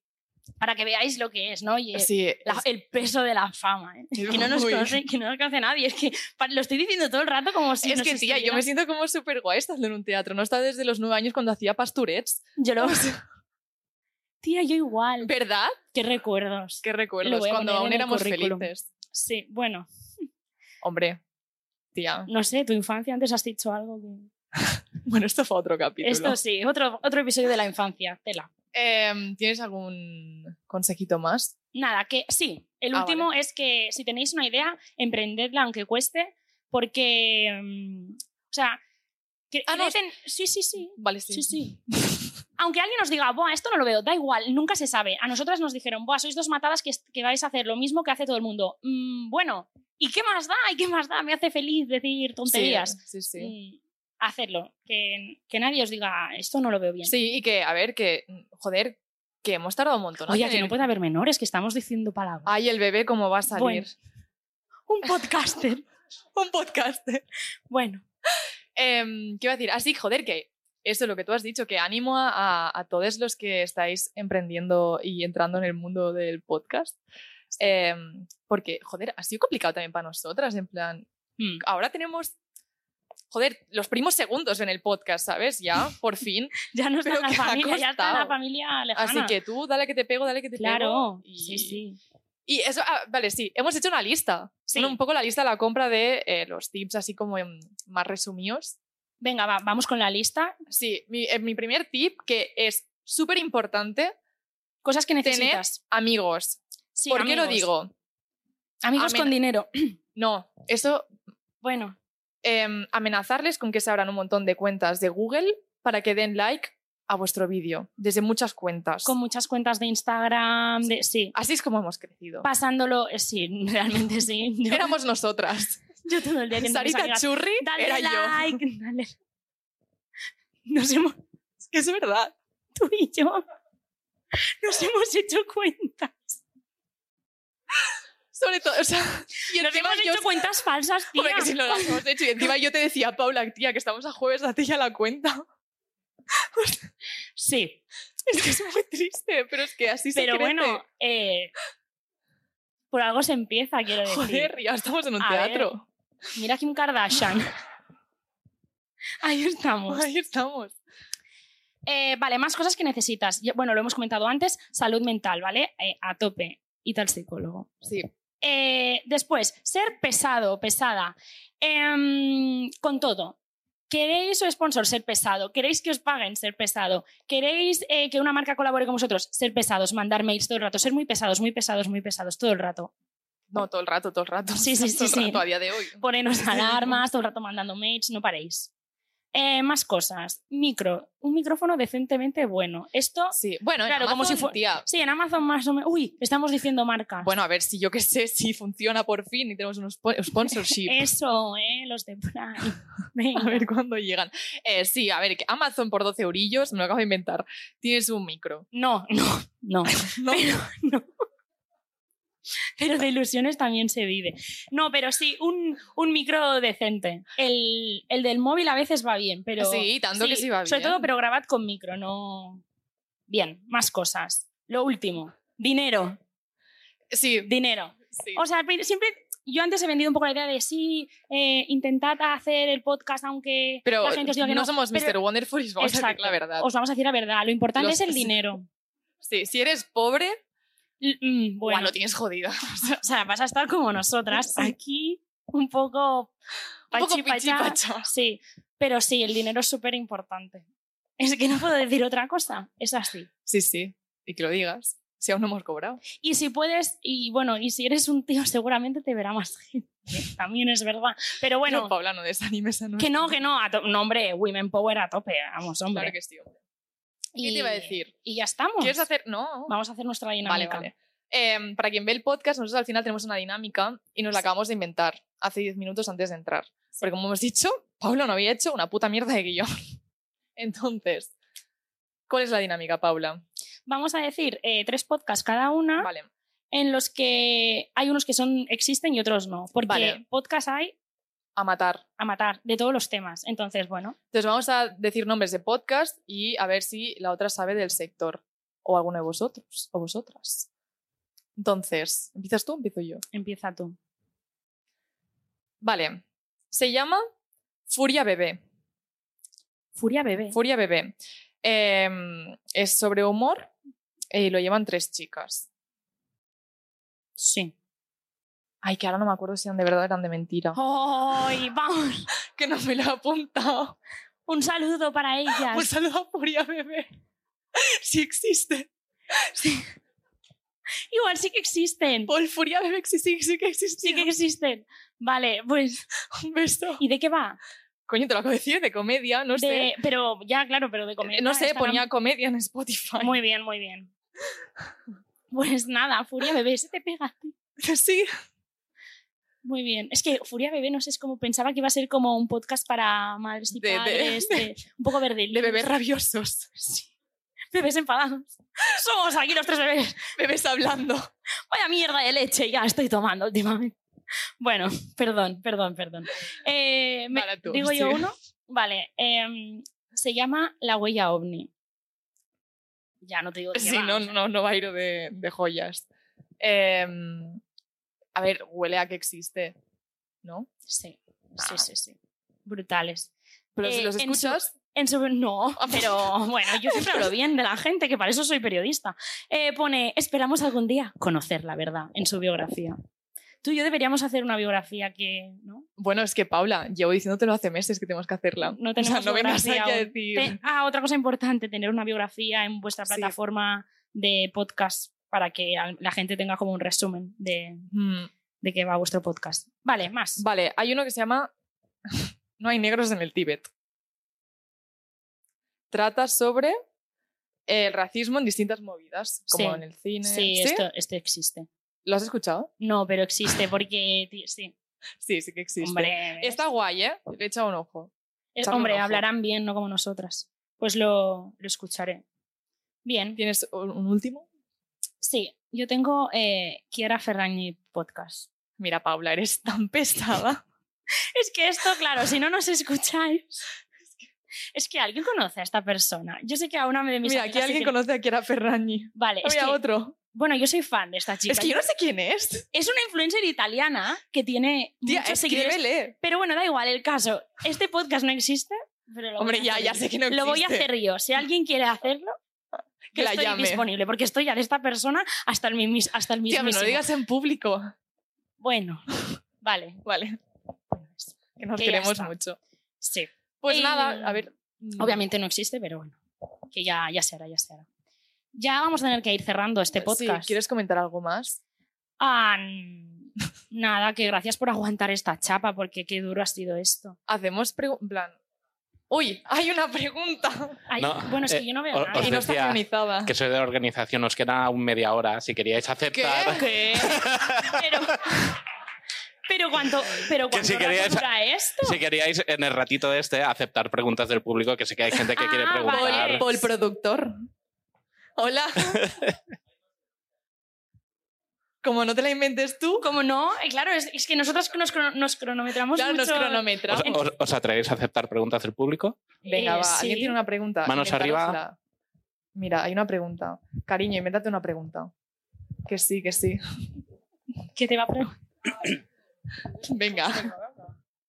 S3: Para que veáis lo que es, ¿no? Y, eh,
S4: Sí,
S3: la-
S4: es-
S3: el peso de la fama, ¿eh? Que no, nos
S4: Uy.
S3: conoce, que no nos conoce nadie. Es que pa- lo estoy diciendo todo el rato como si
S4: es
S3: nos
S4: que tía, yo me
S3: estuvieran-
S4: siento como súper guay estando en un teatro. No está desde los nueve años cuando hacía pasturets.
S3: Yo lo... Tía, yo igual.
S4: ¿Verdad?
S3: Qué recuerdos.
S4: Qué
S3: Lo
S4: recuerdos.
S3: voy a
S4: Cuando
S3: poner
S4: aún
S3: en el
S4: éramos
S3: currículum.
S4: felices.
S3: Sí, bueno.
S4: Hombre, tía.
S3: No sé, tu infancia antes has dicho algo que...
S4: Bueno, esto fue otro capítulo.
S3: Esto sí, otro, otro episodio de la infancia, tela.
S4: Em, ¿Tienes algún consejito más?
S3: Nada, que sí, el
S4: Ah,
S3: último es que si tenéis una idea, emprendedla aunque cueste, porque, mm, o sea, que-
S4: Ah, no,
S3: creed en- sí, sí, sí,
S4: Vale, eh,
S3: sí, sí. Aunque alguien nos diga, Buah, esto no lo veo, da igual, nunca se sabe. A nosotras nos dijeron, Buah, sois dos matadas que, que vais a hacer lo mismo que hace todo el mundo. Mm, bueno, ¿y qué más da? ¿Y qué más da? Me hace feliz decir tonterías.
S4: Sí, sí. sí.
S3: Mm, hacerlo, que, que nadie os diga, esto no lo veo bien.
S4: Sí, y que, a ver, que, mm, joder, que hemos tardado un montón. en
S3: Oye, que
S4: tener-
S3: no puede haber menores, que estamos diciendo palabras.
S4: Ay, el bebé, ¿cómo va a salir?
S3: Bueno. Un podcaster.
S4: Un podcast.
S3: Bueno,
S4: Em, ¿Qué iba a decir? Así, joder, que eso es lo que tú has dicho, que animo a, a- a todos los que estáis emprendiendo y entrando en el mundo del podcast. Em, porque, joder, ha sido complicado también para nosotras, en plan,
S3: mm,
S4: ahora tenemos, joder, los primos segundos en el podcast, ¿sabes? Ya, por fin.
S3: ya no está
S4: Pero
S3: en la
S4: que ha
S3: familia, ya está en la
S4: costado.
S3: familia lejana.
S4: Así que tú, dale que te pego, dale que te pego.
S3: claro,
S4: y-
S3: sí, sí.
S4: Y eso, ah, vale, sí, hemos hecho una lista.
S3: Sí.
S4: Bueno, un poco la lista de la compra de eh, los tips así como em, más resumidos.
S3: Venga, va, vamos con la lista.
S4: Sí, mi, eh, mi primer tip, que es súper importante,
S3: Cosas que
S4: tener
S3: necesitas.
S4: amigos.
S3: Sí,
S4: ¿Por qué lo
S3: amigos.
S4: digo?
S3: Amigos con
S4: Amén.
S3: dinero.
S4: No, eso,
S3: Bueno,
S4: em, amenazarles con que se abran un montón de cuentas de Google para que den like a vuestro vídeo, desde muchas cuentas.
S3: con muchas cuentas de Instagram, de, sí.
S4: Así es como hemos crecido.
S3: Pasándolo, eh, sí, realmente sí. Yo,
S4: Éramos nosotras.
S3: yo todo el día viendo mis
S4: Sarita
S3: amigas,
S4: Churri
S3: Dale
S4: era yo.
S3: like, dale. Nos hemos,
S4: Es que es verdad.
S3: tú y yo, nos hemos hecho cuentas.
S4: Sobre todo, o sea, y
S3: Nos
S4: encima
S3: hemos
S4: yo-
S3: hecho cuentas falsas, tía.
S4: Hombre, que si no lo hemos hecho. Y encima yo te decía, Paula, tía, que estamos a jueves, date ya la cuenta.
S3: Sí,
S4: Es que es muy triste, pero es que así se
S3: Pero
S4: crece.
S3: bueno, eh, por algo se empieza, quiero decir.
S4: Joder, ya estamos en un
S3: A ver.
S4: teatro.
S3: Mira Kim Kardashian. Ahí estamos.
S4: Ahí estamos.
S3: Eh, vale, más cosas que necesitas. Ya- Bueno, lo hemos comentado antes, salud mental, ¿vale? Eh, a tope. Y tal psicólogo.
S4: Sí.
S3: Eh, después, ser pesado, pesada. Em, con todo. ¿Queréis su sponsor ser pesado? ¿Queréis que os paguen ser pesado? ¿Queréis eh, que una marca colabore con vosotros? Ser pesados, mandar mails todo el rato, ser muy pesados, muy pesados, muy pesados todo el rato.
S4: No, todo el rato, todo el rato.
S3: Sí, sí,
S4: Todo
S3: sí, sí.
S4: el rato a día de hoy.
S3: poneros alarmas, todo el rato mandando mails, no paréis. Eh, más cosas. Micro. Un micrófono decentemente bueno. Esto,
S4: Sí. Bueno, en
S3: Claro, como
S4: Amazon,
S3: si fuera-
S4: tía.
S3: sí, en Amazon más o menos. Uy, estamos diciendo marcas.
S4: Bueno, a ver si yo qué sé, si funciona por fin y tenemos unos spo- sponsorship.
S3: Eso, ¿eh? Los de Prime. Venga.
S4: A ver cuándo llegan. Eh, sí, a ver, que Amazon por 12 eurillos, me lo acabo de inventar. Tienes un micro.
S3: No, no, no.
S4: No,
S3: Pero de ilusiones también se vive. No, pero sí, un, un micro decente. El, el del móvil a veces va bien, pero.
S4: sí, tanto que sí va bien.
S3: Sobre todo, pero grabad con micro, no. Bien, más cosas. Lo último. Dinero.
S4: Sí,
S3: Dinero.
S4: sí.
S3: O sea, al prin- siempre yo antes he vendido un poco la idea de sí, eh, intentad hacer el podcast aunque
S4: Pero
S3: la gente os diga que
S4: no
S3: no.
S4: somos
S3: pero-
S4: Mr. Wonderful y os vamos a decir
S3: Exacto.
S4: la verdad.
S3: Os vamos a decir la verdad, lo importante
S4: Los-
S3: es el
S4: sí.
S3: dinero.
S4: Sí, si eres pobre,
S3: L- mm,
S4: bueno.
S3: bueno,
S4: lo tienes jodido.
S3: o sea, vas a estar como nosotras aquí, un poco
S4: Un poco
S3: pachi, pachá.
S4: pichipacha.
S3: Sí, pero sí, el dinero es súper importante. Es que no puedo decir otra cosa, es así.
S4: Sí, sí, y que lo digas, si aún no hemos cobrado.
S3: Y si puedes, y bueno, y si eres un tío, seguramente te verá más gente. También es verdad. Pero bueno,
S4: No, Paula, no desanimes a
S3: que no, que no. A to- no, hombre, Women Power a tope, vamos, hombre.
S4: Claro que sí, hombre. ¿Qué te iba a decir?
S3: Y ya estamos.
S4: ¿Quieres hacer...? No.
S3: Vamos a hacer nuestra
S4: Vale,
S3: dinámica.
S4: vale. Em, para quien ve el podcast, nosotros al final tenemos una dinámica y nos la acabamos de inventar hace 10 minutos antes de entrar. Porque como hemos dicho, Paula no había hecho una puta mierda de guión. Entonces, ¿cuál es la dinámica, Paula?
S3: Vamos a decir eh, tres podcasts cada una
S4: Vale.
S3: en los que hay unos que son existen y otros no. Porque
S4: Vale.
S3: podcast hay
S4: A matar.
S3: a matar de todos los temas. Entonces, bueno,
S4: Entonces vamos a decir nombres de podcast y a ver si la otra sabe del sector. O alguno de vosotros o vosotras. Entonces, ¿empiezas tú o empiezo yo?
S3: empieza tú.
S4: Vale. Se llama Furia Bebé.
S3: Furia bebé.
S4: Furia Bebé. Em, es sobre humor y lo llevan tres chicas.
S3: sí.
S4: Ay, que ahora no me acuerdo si eran de verdad o eran de mentira.
S3: ¡Ay, vamos!
S4: que no me lo he apuntado.
S3: Un saludo para
S4: Un
S3: ellas.
S4: saludo a Furia Bebé. Si existe.
S3: Igual sí que existen.
S4: Paul Furia Bebé sí, sí, Pues sí que existe.
S3: Sí que existen. Vale, pues.
S4: Un beso.
S3: ¿Y de qué va?
S4: Coño, te lo acabo de decir, de comedia, no
S3: De-
S4: sé.
S3: Pero ya, claro, pero de comedia.
S4: Eh, no sé,
S3: estarán-
S4: ponía comedia en Spotify.
S3: Muy bien, muy bien. Pues nada, Furia Bebé, se te pega a ti.
S4: Sí.
S3: Muy bien. Es que Furia Bebé, no sé, es como pensaba que iba a ser como un podcast para madres y
S4: De- de-
S3: padres, de- un poco verde.
S4: De bebés rabiosos.
S3: Bebés enfadados. Somos aquí los tres bebés.
S4: Bebés hablando.
S3: Vaya mierda de leche, ya estoy tomando últimamente. Bueno, perdón, perdón, perdón. Eh, me-
S4: Vale, tú,
S3: ¿Digo
S4: sí.
S3: yo uno? Vale. em, se llama La huella ovni. Ya no te digo de qué
S4: Sí,
S3: va,
S4: no,
S3: o sea,
S4: no, no va a ir de, de joyas. Em, a ver, huele a que existe, ¿no?
S3: Sí, sí, sí, sí. Brutales.
S4: Pero si
S3: Eh,
S4: los
S3: en su-
S4: escuchas,
S3: En su- No, pero bueno, yo siempre hablo bien de la gente, que para eso soy periodista. Eh, pone, esperamos algún día conocer la verdad en su biografía. Tú y yo deberíamos hacer una biografía que, ¿no?
S4: bueno, es que Paula, llevo diciéndotelo hace meses que tenemos que hacerla.
S3: No
S4: O sea,
S3: tenemos
S4: no vengas
S3: biografía
S4: aquí a
S3: aún.
S4: decir.
S3: Te- ah, otra cosa importante, tener una biografía en vuestra
S4: Sí.
S3: plataforma de podcast para que al- la gente tenga como un resumen de,
S4: Mm,
S3: de qué va vuestro podcast. Vale, más.
S4: Vale, hay uno que se llama No hay negros en el Tíbet. Trata sobre el racismo en distintas movidas, como
S3: Sí,
S4: en el cine.
S3: sí, Esto, esto existe.
S4: ¿Lo has escuchado?
S3: No, pero existe porque, ti- sí,
S4: Sí, sí que existe.
S3: hombre. ¿ves?
S4: Está guay, ¿eh? Le he echado un ojo.
S3: Eh,
S4: Echarle
S3: hombre,
S4: un ojo.
S3: hablarán bien, no como nosotras. Pues lo, lo escucharé. Bien,
S4: ¿Tienes un un último?
S3: sí, yo tengo eh, Kiara Ferragni Podcast.
S4: Mira, Paula, eres tan pesada.
S3: Es que esto, claro, si no nos escucháis. Es que alguien conoce a esta persona. Yo sé que a una de mis
S4: Mira, aquí
S3: amigas sí
S4: alguien
S3: que-
S4: conoce a Kiara Ferragni.
S3: Vale, es
S4: Mira,
S3: que-
S4: otro.
S3: bueno, yo soy fan de esta chica.
S4: Es que yo no sé quién es.
S3: Es una influencer italiana que tiene
S4: Tía,
S3: muchos seguidores.
S4: escríbele.
S3: Pero bueno, da igual el caso. Este podcast no existe. pero lo
S4: Hombre,
S3: voy a
S4: ya,
S3: hacer
S4: ya
S3: yo.
S4: sé que no existe.
S3: Lo voy a hacer yo. Si alguien quiere hacerlo,
S4: Que
S3: que
S4: la
S3: estoy
S4: llame.
S3: disponible, porque estoy ya de esta persona hasta el, mimis- hasta el
S4: Tía,
S3: mismo.
S4: pero no lo digas en público.
S3: Bueno, vale.
S4: Vale, que nos
S3: Que ya
S4: queremos
S3: está.
S4: mucho.
S3: Sí.
S4: Pues
S3: Eh,
S4: nada, a ver. mm,
S3: Obviamente no existe, pero bueno, que ya, ya se hará, ya se hará. Ya vamos a tener que ir cerrando este
S4: eh, Sí,
S3: podcast.
S4: ¿Quieres comentar algo más?
S3: Ah, n- nada, que gracias por aguantar esta chapa, porque qué duro ha sido esto.
S4: Hacemos preguntas. En plan. Uy, hay una pregunta.
S3: Ay,
S5: No,
S3: bueno, es
S5: eh,
S3: que yo no veo
S5: o-
S3: nada.
S5: os
S4: y no está
S5: decía
S4: organizada.
S5: Que soy de la organización, os queda aún media hora. Si queríais aceptar.
S4: ¿Qué?
S3: Pero, pero cuánto, pero
S5: Que
S3: cuánto
S5: si queríais-
S3: rato dura esto.
S5: Si queríais en el ratito este aceptar preguntas del público, que sé que hay gente que quiere
S3: Ah,
S5: preguntar.
S3: vale.
S4: Paul productor. Hola. Como no te la inventes tú,
S3: Como no, Eh, claro, es, es que nosotros nos, crono- nos cronometramos
S4: claro, nos
S3: mucho-
S4: cronometra.
S5: ¿Os, os- os atrevéis a aceptar preguntas del público?
S4: Venga,
S3: Eh,
S4: va,
S3: sí.
S4: alguien tiene una pregunta.
S5: Manos arriba.
S4: Inventárosla. Mira, hay una pregunta. Cariño, invéntate una pregunta. Que sí, que sí.
S3: ¿Qué te va a preguntar?
S4: Venga.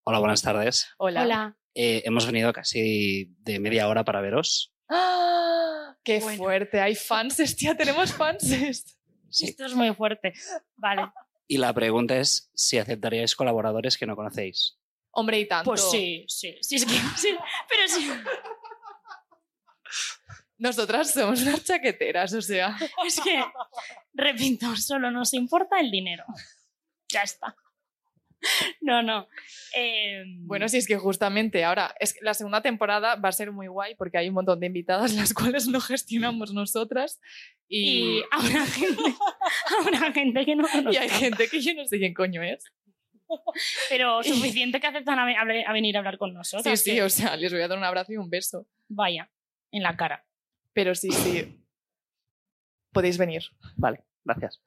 S6: Hola, buenas tardes.
S4: Hola.
S3: Hola.
S6: Eh, hemos venido casi de media hora para veros.
S4: ¡Ah! ¡Qué
S3: Bueno.
S4: fuerte! Hay fanses, tía, tenemos fanses.
S6: Sí.
S3: Esto es muy fuerte. Vale.
S6: Y la pregunta es si aceptaríais colaboradores que no conocéis.
S4: Hombre, y tanto.
S3: Pues sí, sí. sí, es que- sí, pero sí.
S4: Nosotras somos unas chaqueteras, o sea.
S3: Es que, repito, solo nos importa el dinero. Ya está. No, no. Eh,
S4: Bueno, sí, es que justamente ahora, es que la segunda temporada va a ser muy guay porque hay un montón de invitadas las cuales no gestionamos nosotras y,
S3: Y habrá gente, habrá gente que no
S4: y
S3: conozca.
S4: hay gente que yo no sé quién coño es.
S3: Pero suficiente que aceptan a, ve- a ve- a venir a hablar con
S4: Sí,
S3: nosotros.
S4: sí, o sea, les voy a dar un abrazo y un beso.
S3: Vaya, en la cara.
S4: Pero sí, sí. Podéis venir.
S6: Vale, gracias.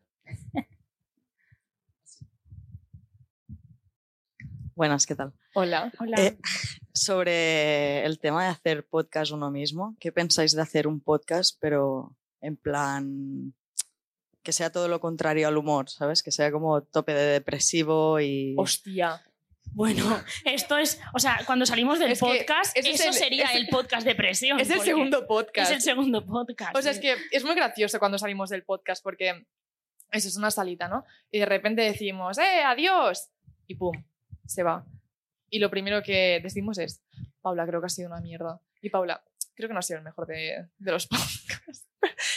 S7: Buenas, ¿qué tal?
S4: Hola.
S3: Hola.
S7: Eh, sobre el tema de hacer podcast uno mismo, ¿qué pensáis de hacer un podcast, pero en plan que sea todo lo contrario al humor, ¿sabes? Que sea como tope de depresivo y...
S4: Hostia.
S3: bueno, esto es, o sea, cuando salimos del
S4: Es que
S3: podcast,
S4: ese es
S3: eso
S4: el-
S3: sería
S4: es-
S3: el podcast de presión.
S4: Es el
S3: porque
S4: segundo podcast.
S3: Es el segundo podcast.
S4: O sea, es que es muy gracioso cuando salimos del podcast porque eso es una salita, ¿no? Y de repente decimos, ¡eh, adiós! Y pum, se va. Y lo primero que decimos es, Paula, creo que ha sido una mierda. Y Paula, creo que no ha sido el mejor de, de los podcasts.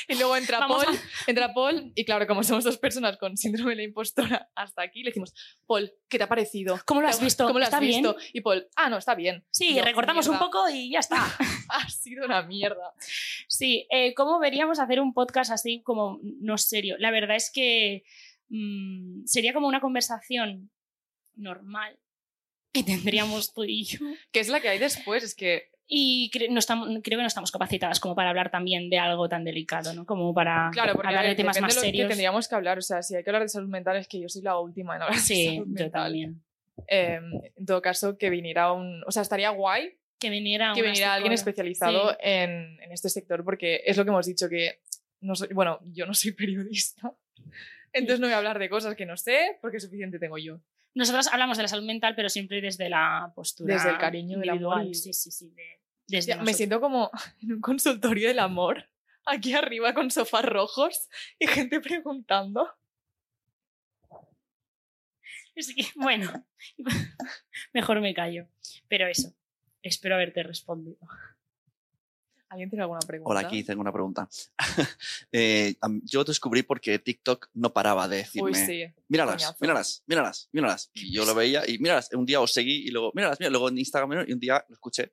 S4: y luego entra
S3: Vamos
S4: Paul,
S3: a-
S4: entra Paul, y claro, como somos dos personas con síndrome de la impostora hasta aquí, le decimos, Paul, ¿qué te ha parecido?
S3: ¿Cómo lo has visto?
S4: ¿Cómo lo
S3: ¿Está
S4: has
S3: bien?
S4: visto? Y Paul, ah, no, está bien.
S3: Sí,
S4: Y yo,
S3: recortamos un
S4: "Mierda,
S3: poco y ya está.
S4: Ha sido una mierda.
S3: Sí, eh, ¿cómo veríamos hacer un podcast así como no serio? La verdad es que mm, sería como una conversación normal que tendríamos tú y yo.
S4: Que es la que hay después, es que
S3: Y cre- no estamos, creo que no estamos capacitadas como para hablar también de algo tan delicado, ¿no? Como para
S4: Claro, porque
S3: Ah, hablar
S4: a
S3: de
S4: ver,
S3: temas
S4: depende
S3: más
S4: de lo
S3: serios.
S4: que tendríamos que hablar. O sea, si hay que hablar de salud mental, es que yo soy la última en hablar de
S3: Sí,
S4: salud
S3: yo
S4: mental.
S3: también.
S4: Eh, en todo caso, que viniera un. O sea, estaría guay
S3: Que viniera,
S4: que
S3: una
S4: viniera alguien
S3: psicóloga.
S4: especializado
S3: Sí.
S4: en, en este sector, porque es lo que hemos dicho que. No soy, bueno, yo no soy periodista. Entonces no voy a hablar de cosas que no sé, porque suficiente tengo yo.
S3: Nosotros hablamos de la salud mental, pero siempre desde la postura.
S4: Desde el cariño, el amor
S3: individual.
S4: y-
S3: Sí, sí, sí. de- desde
S4: Hostia, me
S3: nosotros.
S4: siento como en un consultorio del amor, aquí arriba con sofás rojos y gente preguntando.
S3: Es que, bueno, mejor me callo. Pero eso, espero haberte respondido.
S4: ¿Alguien tiene alguna pregunta?
S2: Hola, aquí tengo una pregunta. Eh, am- yo descubrí porque TikTok no paraba de decirme,
S4: Uy, sí.
S2: míralas,
S4: coñazo".
S2: míralas, míralas, míralas. Y yo lo veía y míralas, un día os seguí y luego, míralas, míralas, luego en Instagram y un día lo escuché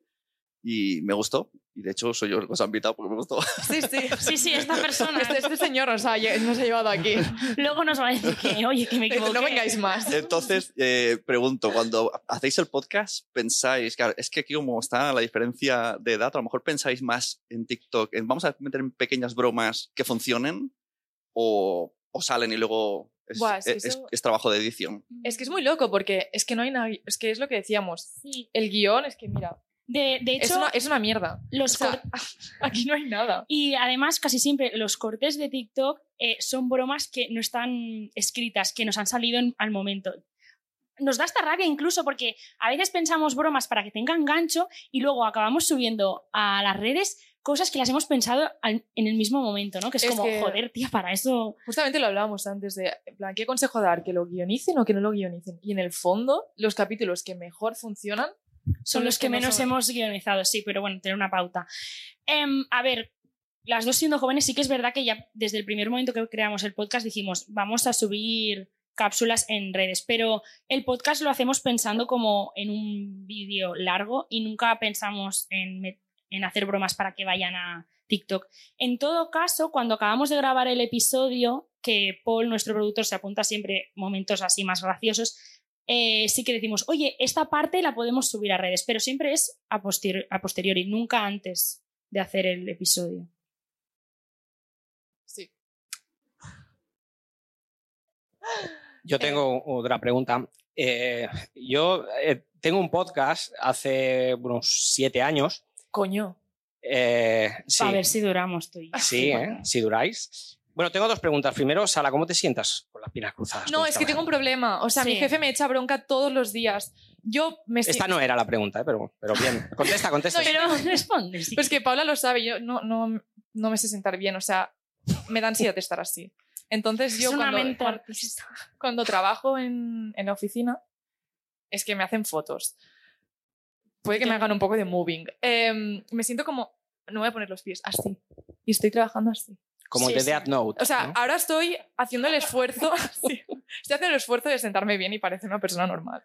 S2: y me gustó. Y de hecho soy yo el que os ha invitado porque me gustó.
S4: Sí, sí.
S3: Sí, sí, esta persona.
S4: Este, este señor nos ha, lle- nos ha llevado aquí.
S3: Luego nos va a decir que, oye, que me equivoqué.
S4: Este, No vengáis más.
S2: Entonces, eh, pregunto, cuando hacéis el podcast, pensáis, claro, es que aquí como está la diferencia de edad, a lo mejor pensáis más en TikTok, en vamos a meter en pequeñas bromas que funcionen o, o salen y luego es, e,
S4: Buah, es que
S2: es-
S4: eso-
S2: es trabajo de edición.
S3: Mm.
S4: Es que es muy loco porque es que no hay nadie. Es que es lo que decíamos.
S3: Sí.
S4: El guión es que, mira,
S3: De, de hecho,
S4: es, una, es una mierda. O
S3: los
S4: sea,
S3: cort-
S4: aquí no hay nada.
S3: Y además, casi siempre los cortes de TikTok eh, son bromas que no están escritas, que nos han salido en- al momento. Nos da esta rabia incluso porque a veces pensamos bromas para que tengan gancho y luego acabamos subiendo a las redes cosas que las hemos pensado al- en el mismo momento, ¿no? Que es,
S4: Es
S3: como,
S4: que-
S3: joder, tía, para eso.
S4: Justamente lo hablábamos antes de, en plan, ¿qué consejo dar? ¿Que lo guionicen o que no lo guionicen? Y en el fondo, los capítulos que mejor funcionan
S3: Son los que,
S4: no
S3: menos
S4: son-
S3: hemos guionizado, sí, pero bueno, tener una pauta. Em, a ver, las dos siendo jóvenes, sí que es verdad que ya desde el primer momento que creamos el podcast dijimos, vamos a subir cápsulas en redes, pero el podcast lo hacemos pensando como en un vídeo largo y nunca pensamos en, met- en hacer bromas para que vayan a TikTok. En todo caso, cuando acabamos de grabar el episodio, que Paul, nuestro productor, se apunta siempre momentos así más graciosos, eh, sí que decimos, oye, esta parte la podemos subir a redes, pero siempre es a, poster- a posteriori, nunca antes de hacer el episodio.
S4: Sí.
S6: Yo tengo otra pregunta. Eh, yo eh, tengo un podcast hace unos siete años.
S4: Coño.
S6: Eh, sí,
S3: A ver si duramos tú y yo.
S6: sí, ¿eh? si duráis. Bueno, tengo dos preguntas. Primero, Sala, ¿cómo te sientas con las piernas cruzadas?
S4: No, es que tengo un problema. O sea, mi
S3: Sí.
S4: jefe me echa bronca todos los días. Yo me
S6: Esta no era la pregunta, ¿eh? pero, pero bien. Contesta, contesta.
S3: Pero responde. sí.
S4: Pues que Paula lo sabe, yo no, no, no me sé sentar bien, o sea, me da ansiedad estar así. Entonces
S3: Es
S4: yo
S3: una
S4: cuando,
S3: mente
S4: cuan- cuando trabajo en, en la oficina, es que me hacen fotos. Puede que me hagan un poco de moving. Em, me siento como, no voy a poner los pies, así. y estoy trabajando así.
S6: Como
S3: Sí,
S6: el de
S3: sí.
S6: Death Note.
S4: O sea,
S6: ¿no?
S4: ahora estoy haciendo el esfuerzo, sí, estoy haciendo el esfuerzo de sentarme bien y parecer una persona normal.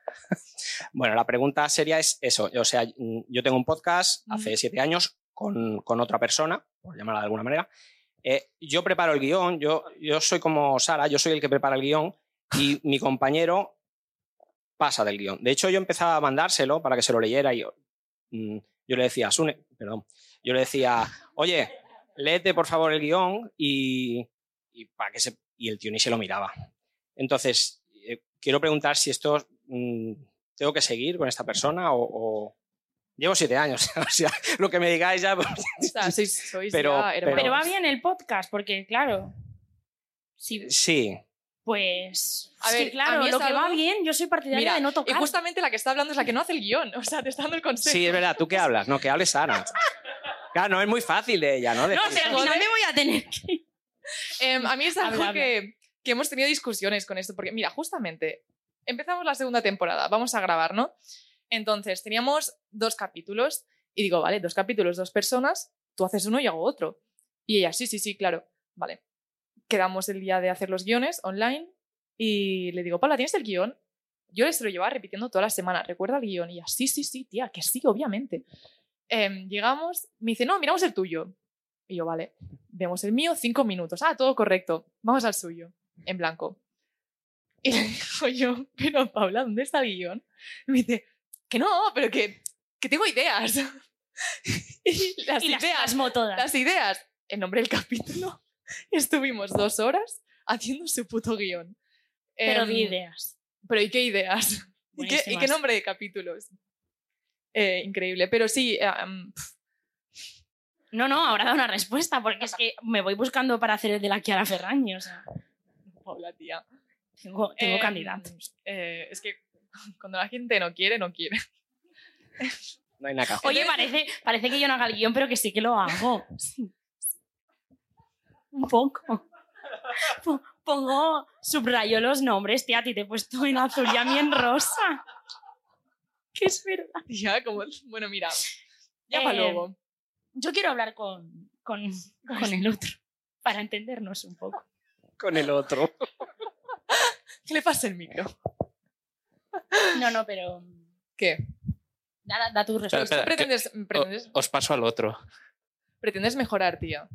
S6: Bueno, la pregunta seria es eso. O sea, mm, yo tengo un podcast
S4: Ujú.
S6: hace siete años con, con otra persona, por llamarla de alguna manera. Eh, yo preparo el guión, yo, yo soy como Sara, yo soy el que prepara el guión y mi compañero pasa del guión. De hecho, yo empezaba a mandárselo para que se lo leyera y yo, mm, yo le decía, Sune, perdón, yo le decía, oye, léete por favor el guión y, y para que se... Y el tío ni se lo miraba. Entonces, eh, quiero preguntar si esto mm, tengo que seguir con esta persona o, o- llevo siete años o sea lo que me digáis ya pues,
S4: O sea, sois, sois
S6: Pero-
S4: ya hermanos.
S3: Pero va bien el podcast, porque claro. Sí,
S6: sí
S3: pues.
S4: A
S3: es
S4: ver,
S3: que, claro,
S4: a mí es
S3: lo que va
S4: algo-
S3: bien, yo soy partidaria
S4: Mira,
S3: de no
S4: Y
S3: tocar.
S4: justamente la que está hablando es la que no hace el guión, o sea, te está dando el consejo.
S6: sí es verdad tú qué hablas no que hable Sara claro no es muy fácil de ella no,
S3: No,
S6: Decir-
S3: pero al final me voy a tener que.
S4: Em, a mí es algo
S3: Habla, habla.
S4: que, que hemos tenido discusiones con esto, porque mira, justamente empezamos la segunda temporada, vamos a grabar, ¿no? Entonces, teníamos dos capítulos y digo, vale, dos capítulos, dos personas, tú haces uno y yo hago otro. Y ella, sí, sí, sí, claro, vale. Quedamos el día de hacer los guiones online y le digo, Paula, ¿tienes el guión? Yo se lo llevaba repitiendo toda la semana, ¿recuerda el guión? Y ella, sí, sí, sí, tía, que sí, obviamente. Em, llegamos, me dice, no, miramos el tuyo. Y yo, vale vemos el mío, cinco minutos. Ah, todo correcto. Vamos al suyo, en blanco. Y le digo yo, pero Paula, ¿dónde está el guión? Y me dice, que no, pero que, que tengo ideas. y las
S3: Y las
S4: ideas,
S3: plasmo todas.
S4: las ideas, en nombre del capítulo, estuvimos dos horas haciendo su puto guión.
S3: Pero
S4: Em,
S3: di ideas.
S4: pero ¿y qué ideas? ¿Y qué, y qué
S3: Buenísimas.
S4: nombre de capítulos? Eh, increíble. Pero sí, eh, em,
S3: No, no, ahora da una respuesta, porque es que me voy buscando para hacer el de la Kiara Ferraño. O sea,
S4: Paula, tía.
S3: tengo, tengo
S4: Em,
S3: candidatos.
S4: eh, es que cuando la gente no quiere, no quiere.
S6: no hay nada que hacer.
S3: Oye, parece, parece que yo no haga el guión, pero que sí que lo hago. Un poco. Po- Pongo, subrayo los nombres, tía, a ti te he puesto en azul y a mí en rosa. Que es verdad.
S4: Ya, como, bueno, mira, ya
S3: Eh,
S4: para luego.
S3: Yo quiero hablar con, con, con el otro para entendernos un poco.
S6: con el otro
S4: ¿Qué le pasa el micro?
S3: No, no, pero
S4: ¿Qué?
S3: da, da tu
S5: Espera,
S3: respuesta.
S5: espera,
S4: Pues ¿Tú pretendes, pretendes,
S5: Os paso al otro.
S4: pretendes mejorar, tía?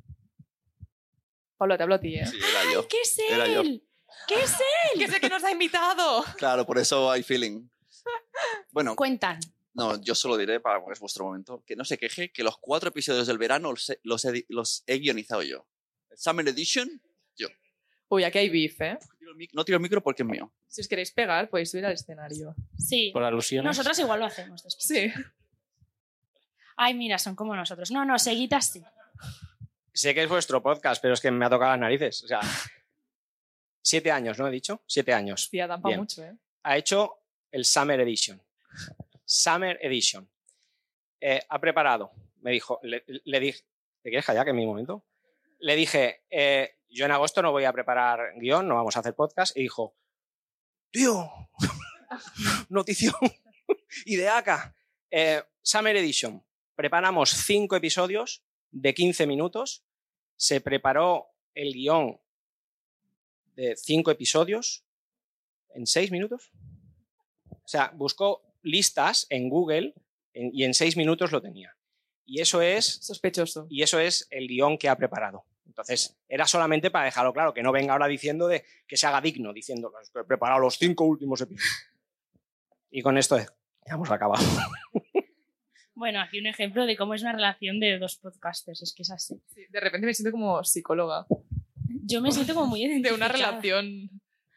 S4: Pablo, te hablo a ti, ¿eh?
S8: Sí, era yo.
S3: ¿Qué es
S8: Era yo.
S3: él? ¿Qué es él?
S4: ¡Que sé que nos ha invitado!
S8: Claro, por eso hay feeling. Bueno,
S3: Cuentan.
S8: no, yo solo diré para que es vuestro momento, que no se queje que los cuatro episodios del verano los he, los he di- los he guionizado yo. El Summer Edition,
S4: Uy, aquí hay beef, ¿eh?
S8: no tiro el mic- no tiro el micro porque es mío.
S4: Si os queréis pegar, podéis subir al escenario.
S3: Sí.
S5: Por alusiones.
S3: Nosotras igual lo hacemos después.
S4: Sí.
S3: Ay, mira, son como nosotros. No, no, seguitas sí.
S6: sé que es vuestro podcast pero es que me ha tocado las narices o sea siete años no he dicho siete años
S4: Tía, dan pa'
S6: Bien.
S4: mucho, ¿eh?
S6: ha hecho el Summer Edition. Summer Edition. Eh, ha preparado, me dijo, le, le dije, ¿te quieres callar que es mi momento? Le dije, eh, yo en agosto no voy a preparar guión, no vamos a hacer podcast, y dijo, tío, notición, ideaca, eh, Summer Edition. Preparamos cinco episodios de 15 minutos, se preparó el guión de cinco episodios, en seis minutos. O sea, buscó listas en Google en- y en seis minutos lo tenía. Y eso es,
S4: Sospechoso.
S6: y eso es el guión que ha preparado. Entonces, era solamente para dejarlo claro, que no venga ahora diciendo de que se haga digno, diciendo "Es que he preparado los cinco últimos episodios. Y con esto ya hemos acabado.
S3: Bueno, aquí un ejemplo de cómo es una relación de dos podcasters, es que es así.
S4: Sí, de repente me siento como psicóloga
S3: Yo me siento como muy
S4: de una
S3: identificada,
S4: relación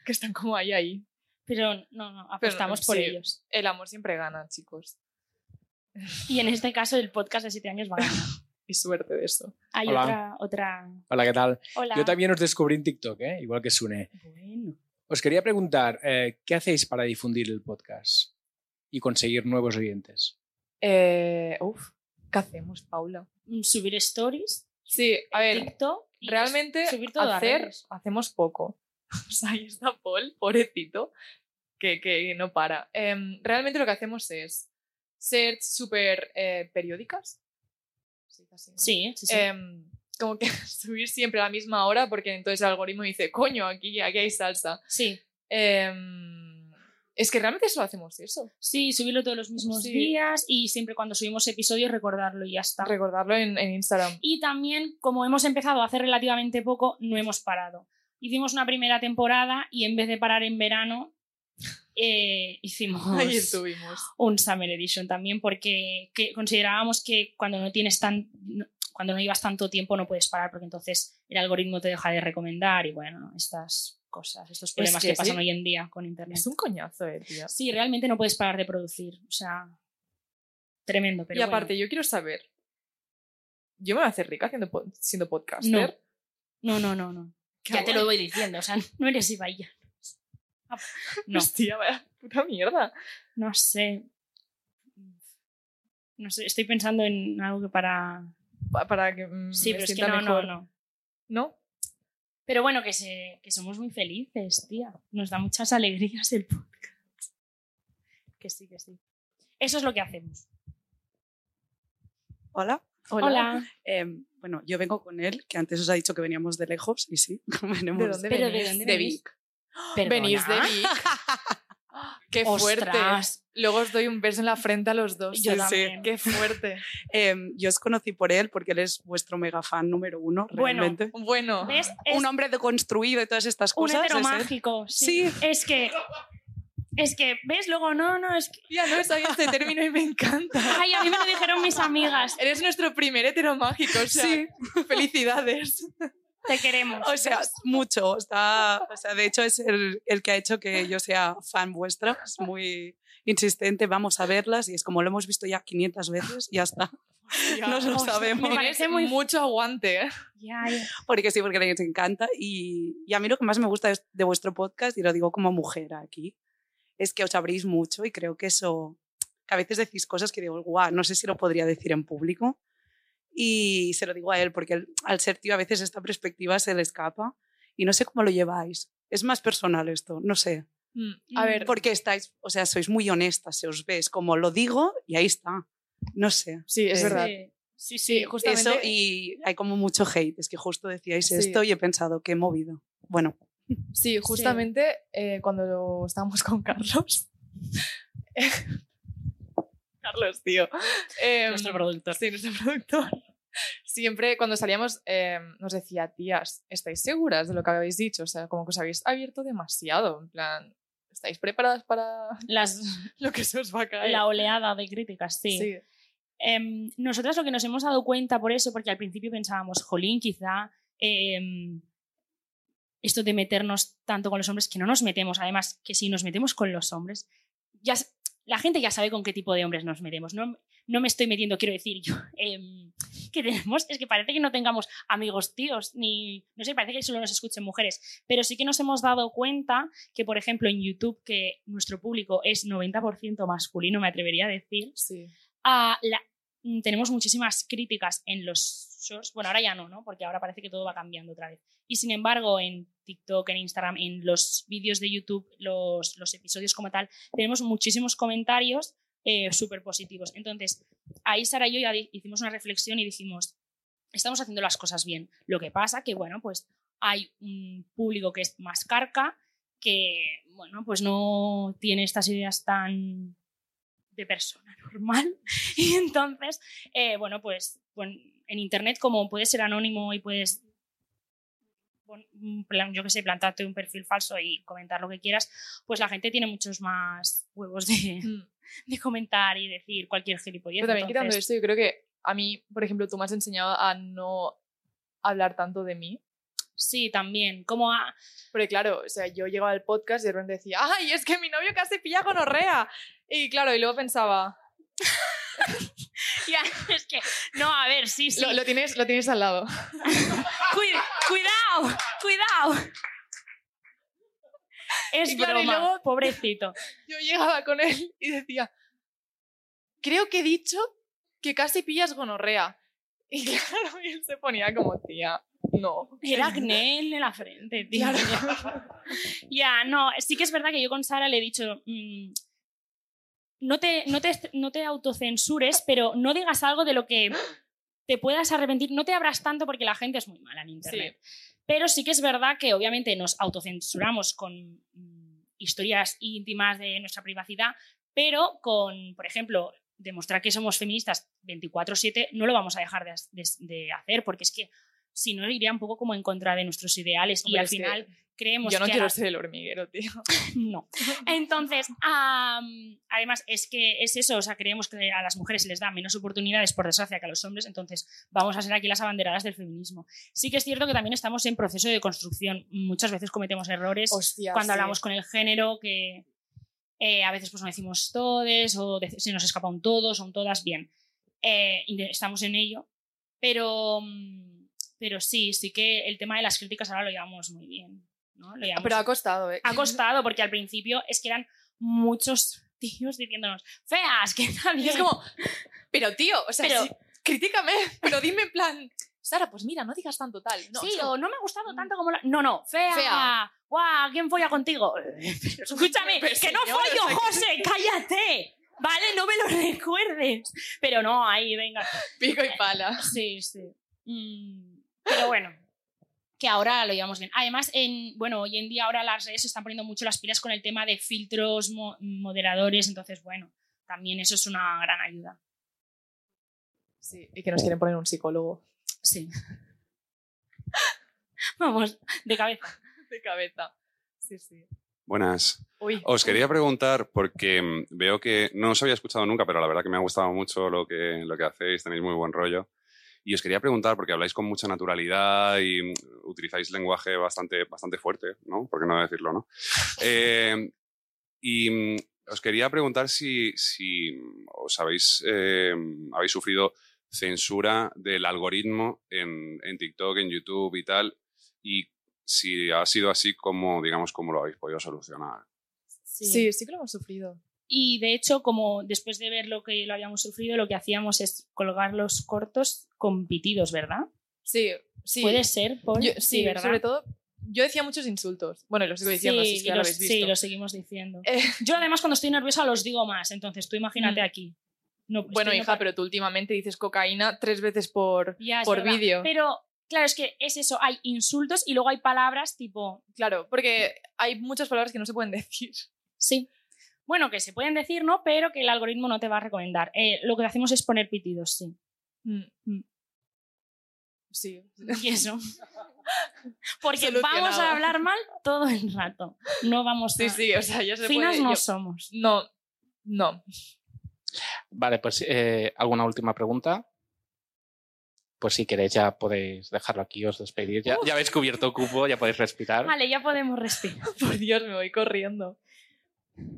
S4: que están como ahí, ahí.
S3: Pero no, no, apostamos
S4: Pero,
S3: por
S4: sí.
S3: ellos.
S4: El amor siempre gana, chicos.
S3: Y en este caso el podcast de siete años va a ganar.
S4: Y suerte de eso.
S3: Hay
S9: Hola.
S3: otra, otra...
S9: Hola, ¿qué tal?
S3: Hola.
S9: Yo también os descubrí en TikTok, ¿eh? igual que Sune.
S3: Bueno.
S9: Os quería preguntar, eh, ¿qué hacéis para difundir el podcast y conseguir nuevos oyentes?
S4: Eh, uf, ¿qué hacemos, Paula?
S3: Mm, Subir stories,
S4: Sí, a ver,
S3: TikTok... y
S4: realmente
S3: subir todo a
S4: hacer,
S3: redes.
S4: hacemos poco. O sea, ahí está Paul, pobrecito, que, que no para. Em, realmente lo que hacemos es ser súper eh, periódicas. Sí, así, ¿no?
S3: Sí, sí, sí.
S4: Em, como que subir siempre a la misma hora porque entonces el algoritmo dice, coño, aquí, aquí hay salsa.
S3: Sí,
S4: Em, es que realmente solo hacemos eso.
S3: sí, subirlo todos los mismos
S4: Sí.
S3: días y siempre cuando subimos episodios recordarlo y ya está.
S4: Recordarlo en, en Instagram.
S3: Y también, como hemos empezado a hacer relativamente poco, no hemos parado. Hicimos una primera temporada y en vez de parar en verano, eh, hicimos
S4: Ahí estuvimos.
S3: un Summer Edition también, porque que- considerábamos que cuando no tienes tan. no- Cuando no llevas tanto tiempo no puedes parar porque entonces el algoritmo te deja de recomendar y bueno, estas cosas, estos problemas
S4: que
S3: que, pasan
S4: sí.
S3: hoy en día con internet.
S4: Es un coñazo, eh, tío.
S3: Sí, realmente no puedes parar de producir, o sea, tremendo, pero
S4: y aparte,
S3: bueno.
S4: yo quiero saber. ¿Yo me voy a hacer rica haciendo pod- siendo podcaster?
S3: No. No, no, no, no.
S4: Qué
S3: Ya te
S4: guay.
S3: lo voy diciendo, o sea, no eres Ibai. Ah, No.
S4: Hostia, vaya puta mierda.
S3: No sé. No sé, estoy pensando en algo que para.
S4: Pa- Para que mm,
S3: Sí,
S4: me
S3: pero es que
S4: sienta
S3: no, no,
S4: mejor.
S3: no.
S4: ¿No?
S3: Pero bueno, que, se, que somos muy felices, tía. Nos da muchas alegrías el podcast. Que sí, que sí. Eso es lo que hacemos.
S10: Hola.
S3: Hola.
S10: Em, bueno, yo vengo con él, que antes os ha dicho que veníamos de lejos, y sí, venimos
S4: ¿De dónde
S3: Pero ¿de
S4: venís?
S3: dónde
S4: De
S3: venís?
S4: Vic. Venís de
S3: Perdona.
S4: Vic. Qué fuerte.
S3: Ostras,
S4: Luego os doy un beso en la frente a los dos.
S3: Yo
S10: Sí, sí.
S3: también.
S4: Qué fuerte.
S10: Em, yo os conocí por él, porque él es vuestro mega fan número uno,
S3: Bueno,
S10: realmente.
S4: Bueno,
S3: ¿Ves? Es
S10: Un hombre deconstruido y todas estas
S3: un
S10: cosas.
S3: hetero
S10: es él.
S3: mágico. Sí.
S10: Sí.
S3: Es que. Es que, ¿ves? Luego, no, no, es que.
S4: ya no sabía este término y me encanta.
S3: Ay, a mí me lo dijeron mis amigas.
S4: Eres nuestro primer hetero mágico, o sea,
S10: Sí.
S4: felicidades.
S3: Te queremos.
S10: O sea, mucho. Está, o sea, de hecho, es el, el que ha hecho que yo sea fan vuestra. Es muy insistente, vamos a verlas y es como lo hemos visto ya 500 veces, ya está. No lo
S3: Ostras,
S10: sabemos.
S3: Me parece muy.
S4: mucho aguante. ¿eh?
S3: Ya, ya.
S10: Porque sí, porque les encanta. Y, y a mí lo que más me gusta es- de vuestro podcast, y lo digo como mujer aquí, es que os abrís mucho y creo que eso, que a veces decís cosas que digo, guau, no sé si lo podría decir en público. Y se lo digo a él, porque él, al ser tío a veces esta perspectiva se le escapa y no sé cómo lo lleváis. Es más personal esto, no sé.
S3: Mm,
S4: A ver,
S3: pues,
S10: Porque estáis, o sea, sois muy honestas, se os ves como lo digo y ahí está. No sé.
S4: sí, es
S10: Sí.
S4: verdad.
S3: eh, Sí,
S4: Sí,
S3: sí.
S4: justamente.
S10: Eso y hay como mucho hate, es que justo decíais
S4: Sí.
S10: esto y he pensado, qué movido. Bueno,
S4: Sí, justamente eh, cuando lo- estábamos con Carlos. Carlos, tío. Em,
S3: Nuestro productor.
S4: Sí, nuestro productor. Siempre cuando salíamos em, nos decía, tías, ¿estáis seguras de lo que habéis dicho? O sea, como que os habéis abierto demasiado. En plan, ¿estáis preparadas para
S3: Las,
S4: lo que se os va a caer?
S3: la oleada de críticas, sí.
S4: Sí.
S3: Em, nosotras lo que nos hemos dado cuenta por eso, porque al principio pensábamos, jolín, quizá em, esto de meternos tanto con los hombres, que no nos metemos, además, que si nos metemos con los hombres, ya, s- la gente ya sabe con qué tipo de hombres nos metemos. No, no me estoy metiendo, quiero decir yo, em, que tenemos, es que parece que no tengamos amigos tíos, ni, no sé, parece que solo nos escuchen mujeres, pero sí que nos hemos dado cuenta que, por ejemplo, en YouTube, que nuestro público es 90% masculino, me atrevería a decir,
S4: Sí.
S3: a la- mm, tenemos muchísimas críticas en los shorts. Bueno, ahora ya no, ¿no? Porque ahora parece que todo va cambiando otra vez. Y sin embargo, en TikTok, en Instagram, en los vídeos de YouTube, los, los episodios como tal, tenemos muchísimos comentarios eh, súper positivos. Entonces, ahí Sara y yo ya di- hicimos una reflexión y dijimos, estamos haciendo las cosas bien. Lo que pasa que, bueno, pues hay un público que es más carca, que, bueno, pues no tiene estas ideas tan de persona normal. Y entonces, eh, bueno, pues bueno, en Internet, como puedes ser anónimo y puedes, pon- un plan- yo qué sé, plantarte un perfil falso y comentar lo que quieras, pues la gente tiene muchos más huevos de,
S4: Mm.
S3: de comentar y decir cualquier gilipollez.
S4: Pero también quitando
S3: entonces-
S4: esto, yo creo que a mí, por ejemplo, tú me has enseñado a no hablar tanto de mí.
S3: Sí, también. Como a,
S4: Porque claro, o sea, yo llegaba al podcast y de repente decía, ¡ay, es que mi novio casi pilla con Orrea! Y claro, y luego pensaba,
S3: Ya, es que, no, a ver, sí, sí.
S4: lo, lo tienes, lo tienes al lado.
S3: Cuida- cuidado, cuidado. Es
S4: Y claro, y
S3: broma,
S4: luego-
S3: pobrecito.
S4: Yo llegaba con él y decía, creo que he dicho que casi pillas gonorrea. Y claro, y él se ponía como, tía, no.
S3: El acné en la frente, tío.
S4: Claro.
S3: Ya, no, sí que es verdad que yo con Sara le he dicho, mm, no, te, no, te, no te autocensures, pero no digas algo de lo que te puedas arrepentir, no te abras tanto porque la gente es muy mala en Internet. Pero sí que es verdad que obviamente nos autocensuramos con mm, historias íntimas de nuestra privacidad, pero con, por ejemplo, demostrar que somos feministas 24/7 no lo vamos a dejar de, de- de hacer porque es que si no iría un poco como en contra de nuestros ideales y
S4: Hombre,
S3: al
S4: es que
S3: final creemos
S4: Yo no
S3: que
S4: quiero
S3: a-
S4: ser el hormiguero, tío.
S3: no. Entonces, am, además es que es eso, o sea, creemos que a las mujeres se les da menos oportunidades por desgracia que a los hombres, entonces vamos a ser aquí las abanderadas del feminismo. Sí que es cierto que también estamos en proceso de construcción, muchas veces cometemos errores
S4: Hostia,
S3: cuando
S4: sí.
S3: hablamos con el género que eh, a veces pues no decimos todes o dec- se nos escapa un todos o un todas, bien. Eh, inte- estamos en ello, pero, mm, pero sí, sí que el tema de las críticas ahora lo llevamos muy bien. ¿no? Lo llevamos-
S4: Pero ha costado, ¿eh?
S3: ha costado porque al principio es que eran muchos tíos diciéndonos feas que
S4: Y
S3: también
S4: es como, pero tío, o sea,
S3: Pero-
S4: sí, critícame, pero dime en plan, Sara, pues mira, no digas tanto tal. No,
S3: sí
S4: es como, Mm.
S3: o no me ha gustado tanto como la... no no fea,
S4: Fea.
S3: guau quién folla contigo Pero escúchame
S4: Pero
S3: que no
S4: señora,
S3: follo
S4: o sea, que-
S3: José cállate vale no me lo recuerdes pero no ahí venga
S4: pico y pala.
S3: sí sí Mm, pero bueno que ahora lo llevamos bien. Además, en, bueno, hoy en día ahora las redes se están poniendo mucho las pilas con el tema de filtros mo- moderadores, entonces, bueno, también eso es una gran ayuda.
S4: Sí, y que nos quieren poner un psicólogo
S3: Sí. Vamos, de cabeza.
S4: de cabeza. Sí, sí.
S11: Buenas.
S4: Uy.
S11: Os quería preguntar, porque mm, veo que no os había escuchado nunca, pero la verdad que me ha gustado mucho lo que, lo que hacéis, tenéis muy buen rollo. Y os quería preguntar, porque habláis con mucha naturalidad y mm, utilizáis lenguaje bastante, bastante fuerte, ¿no? ¿Por qué no decirlo, no? Eh, y mm, os quería preguntar si, si mm, os habéis, eh, habéis sufrido censura del algoritmo en, en TikTok, en YouTube y tal, y si ha sido así, ¿cómo, digamos, cómo lo habéis podido solucionar?
S4: Sí. sí, que lo hemos sufrido.
S3: Y de hecho, como después de ver lo que lo habíamos sufrido, lo que hacíamos es colgar los cortos con pitidos, ¿verdad?
S4: Sí, sí.
S3: Puede ser, Paul.
S4: Yo-
S3: Sí,
S4: sí,
S3: ¿verdad?
S4: sobre todo, yo decía muchos insultos. Bueno, y los sigo diciendo,
S3: sí,
S4: si es
S3: y
S4: que ya lo
S3: los-
S4: habéis
S3: sí,
S4: visto.
S3: lo seguimos diciendo.
S4: Eh. Mm.
S3: Yo además cuando estoy nerviosa los digo más, entonces tú imagínate aquí. No,
S4: Bueno,
S3: estoy no
S4: hija, pero tú últimamente dices cocaína tres veces por,
S3: Ya, es
S4: por
S3: verdad.
S4: vídeo.
S3: Pero claro, es que es eso, hay insultos y luego hay palabras tipo,
S4: Claro, porque hay muchas palabras que no se pueden decir.
S3: sí. Bueno, que se pueden decir, ¿no? Pero que el algoritmo no te va a recomendar. Eh, lo que hacemos es poner pitidos, sí. Mm.
S4: Sí.
S3: Y eso. Porque
S4: Solucionado.
S3: vamos a hablar mal todo el rato. No vamos
S4: Sí,
S3: a...
S4: sí, o sea, ya se
S3: Ah. Finas
S4: puede-
S3: no
S4: yo-
S3: somos.
S4: No, no.
S5: Vale, pues eh, alguna última pregunta. Pues si queréis ya podéis dejarlo aquí, os despedir. Ya, ya habéis cubierto cupo, ya podéis respirar.
S3: Vale, ya podemos respirar.
S4: Por Dios, me voy corriendo.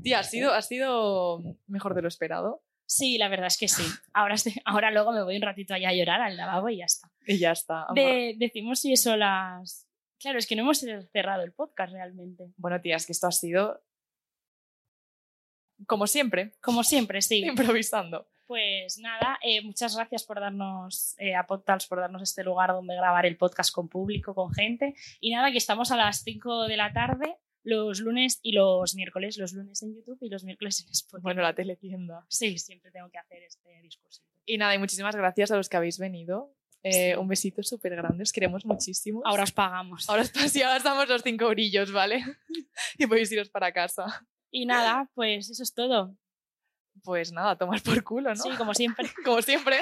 S4: Tía, ha sido, ha sido mejor de lo esperado.
S3: Sí, la verdad es que sí. Ahora, estoy- ahora luego me voy un ratito allá a llorar al lavabo y ya está.
S4: Y ya está. amor.
S3: De- decimos si eso las... Claro, es que no hemos cerrado el podcast realmente.
S4: Bueno, tía, es que esto ha sido. Como siempre,
S3: Como siempre, sí.
S4: improvisando.
S3: Pues nada, eh, muchas gracias por darnos, eh, a Podtals por darnos este lugar donde grabar el podcast con público, con gente. Y nada, que estamos a las 5 de la tarde los lunes y los miércoles, los lunes en YouTube y los miércoles en Spotify.
S4: Bueno, la teletienda.
S3: Sí, siempre tengo que hacer este discurso.
S4: Y nada, y muchísimas gracias a los que habéis venido. Eh, Un besito súper grande, os queremos muchísimo.
S3: Ahora os pagamos.
S4: Ahora os pas- y ahora os damos los cinco brillos, ¿vale? y podéis iros para casa.
S3: Y nada, pues eso es todo.
S4: Pues nada, tomar por culo, ¿no?
S3: Sí, como siempre.
S4: Como siempre.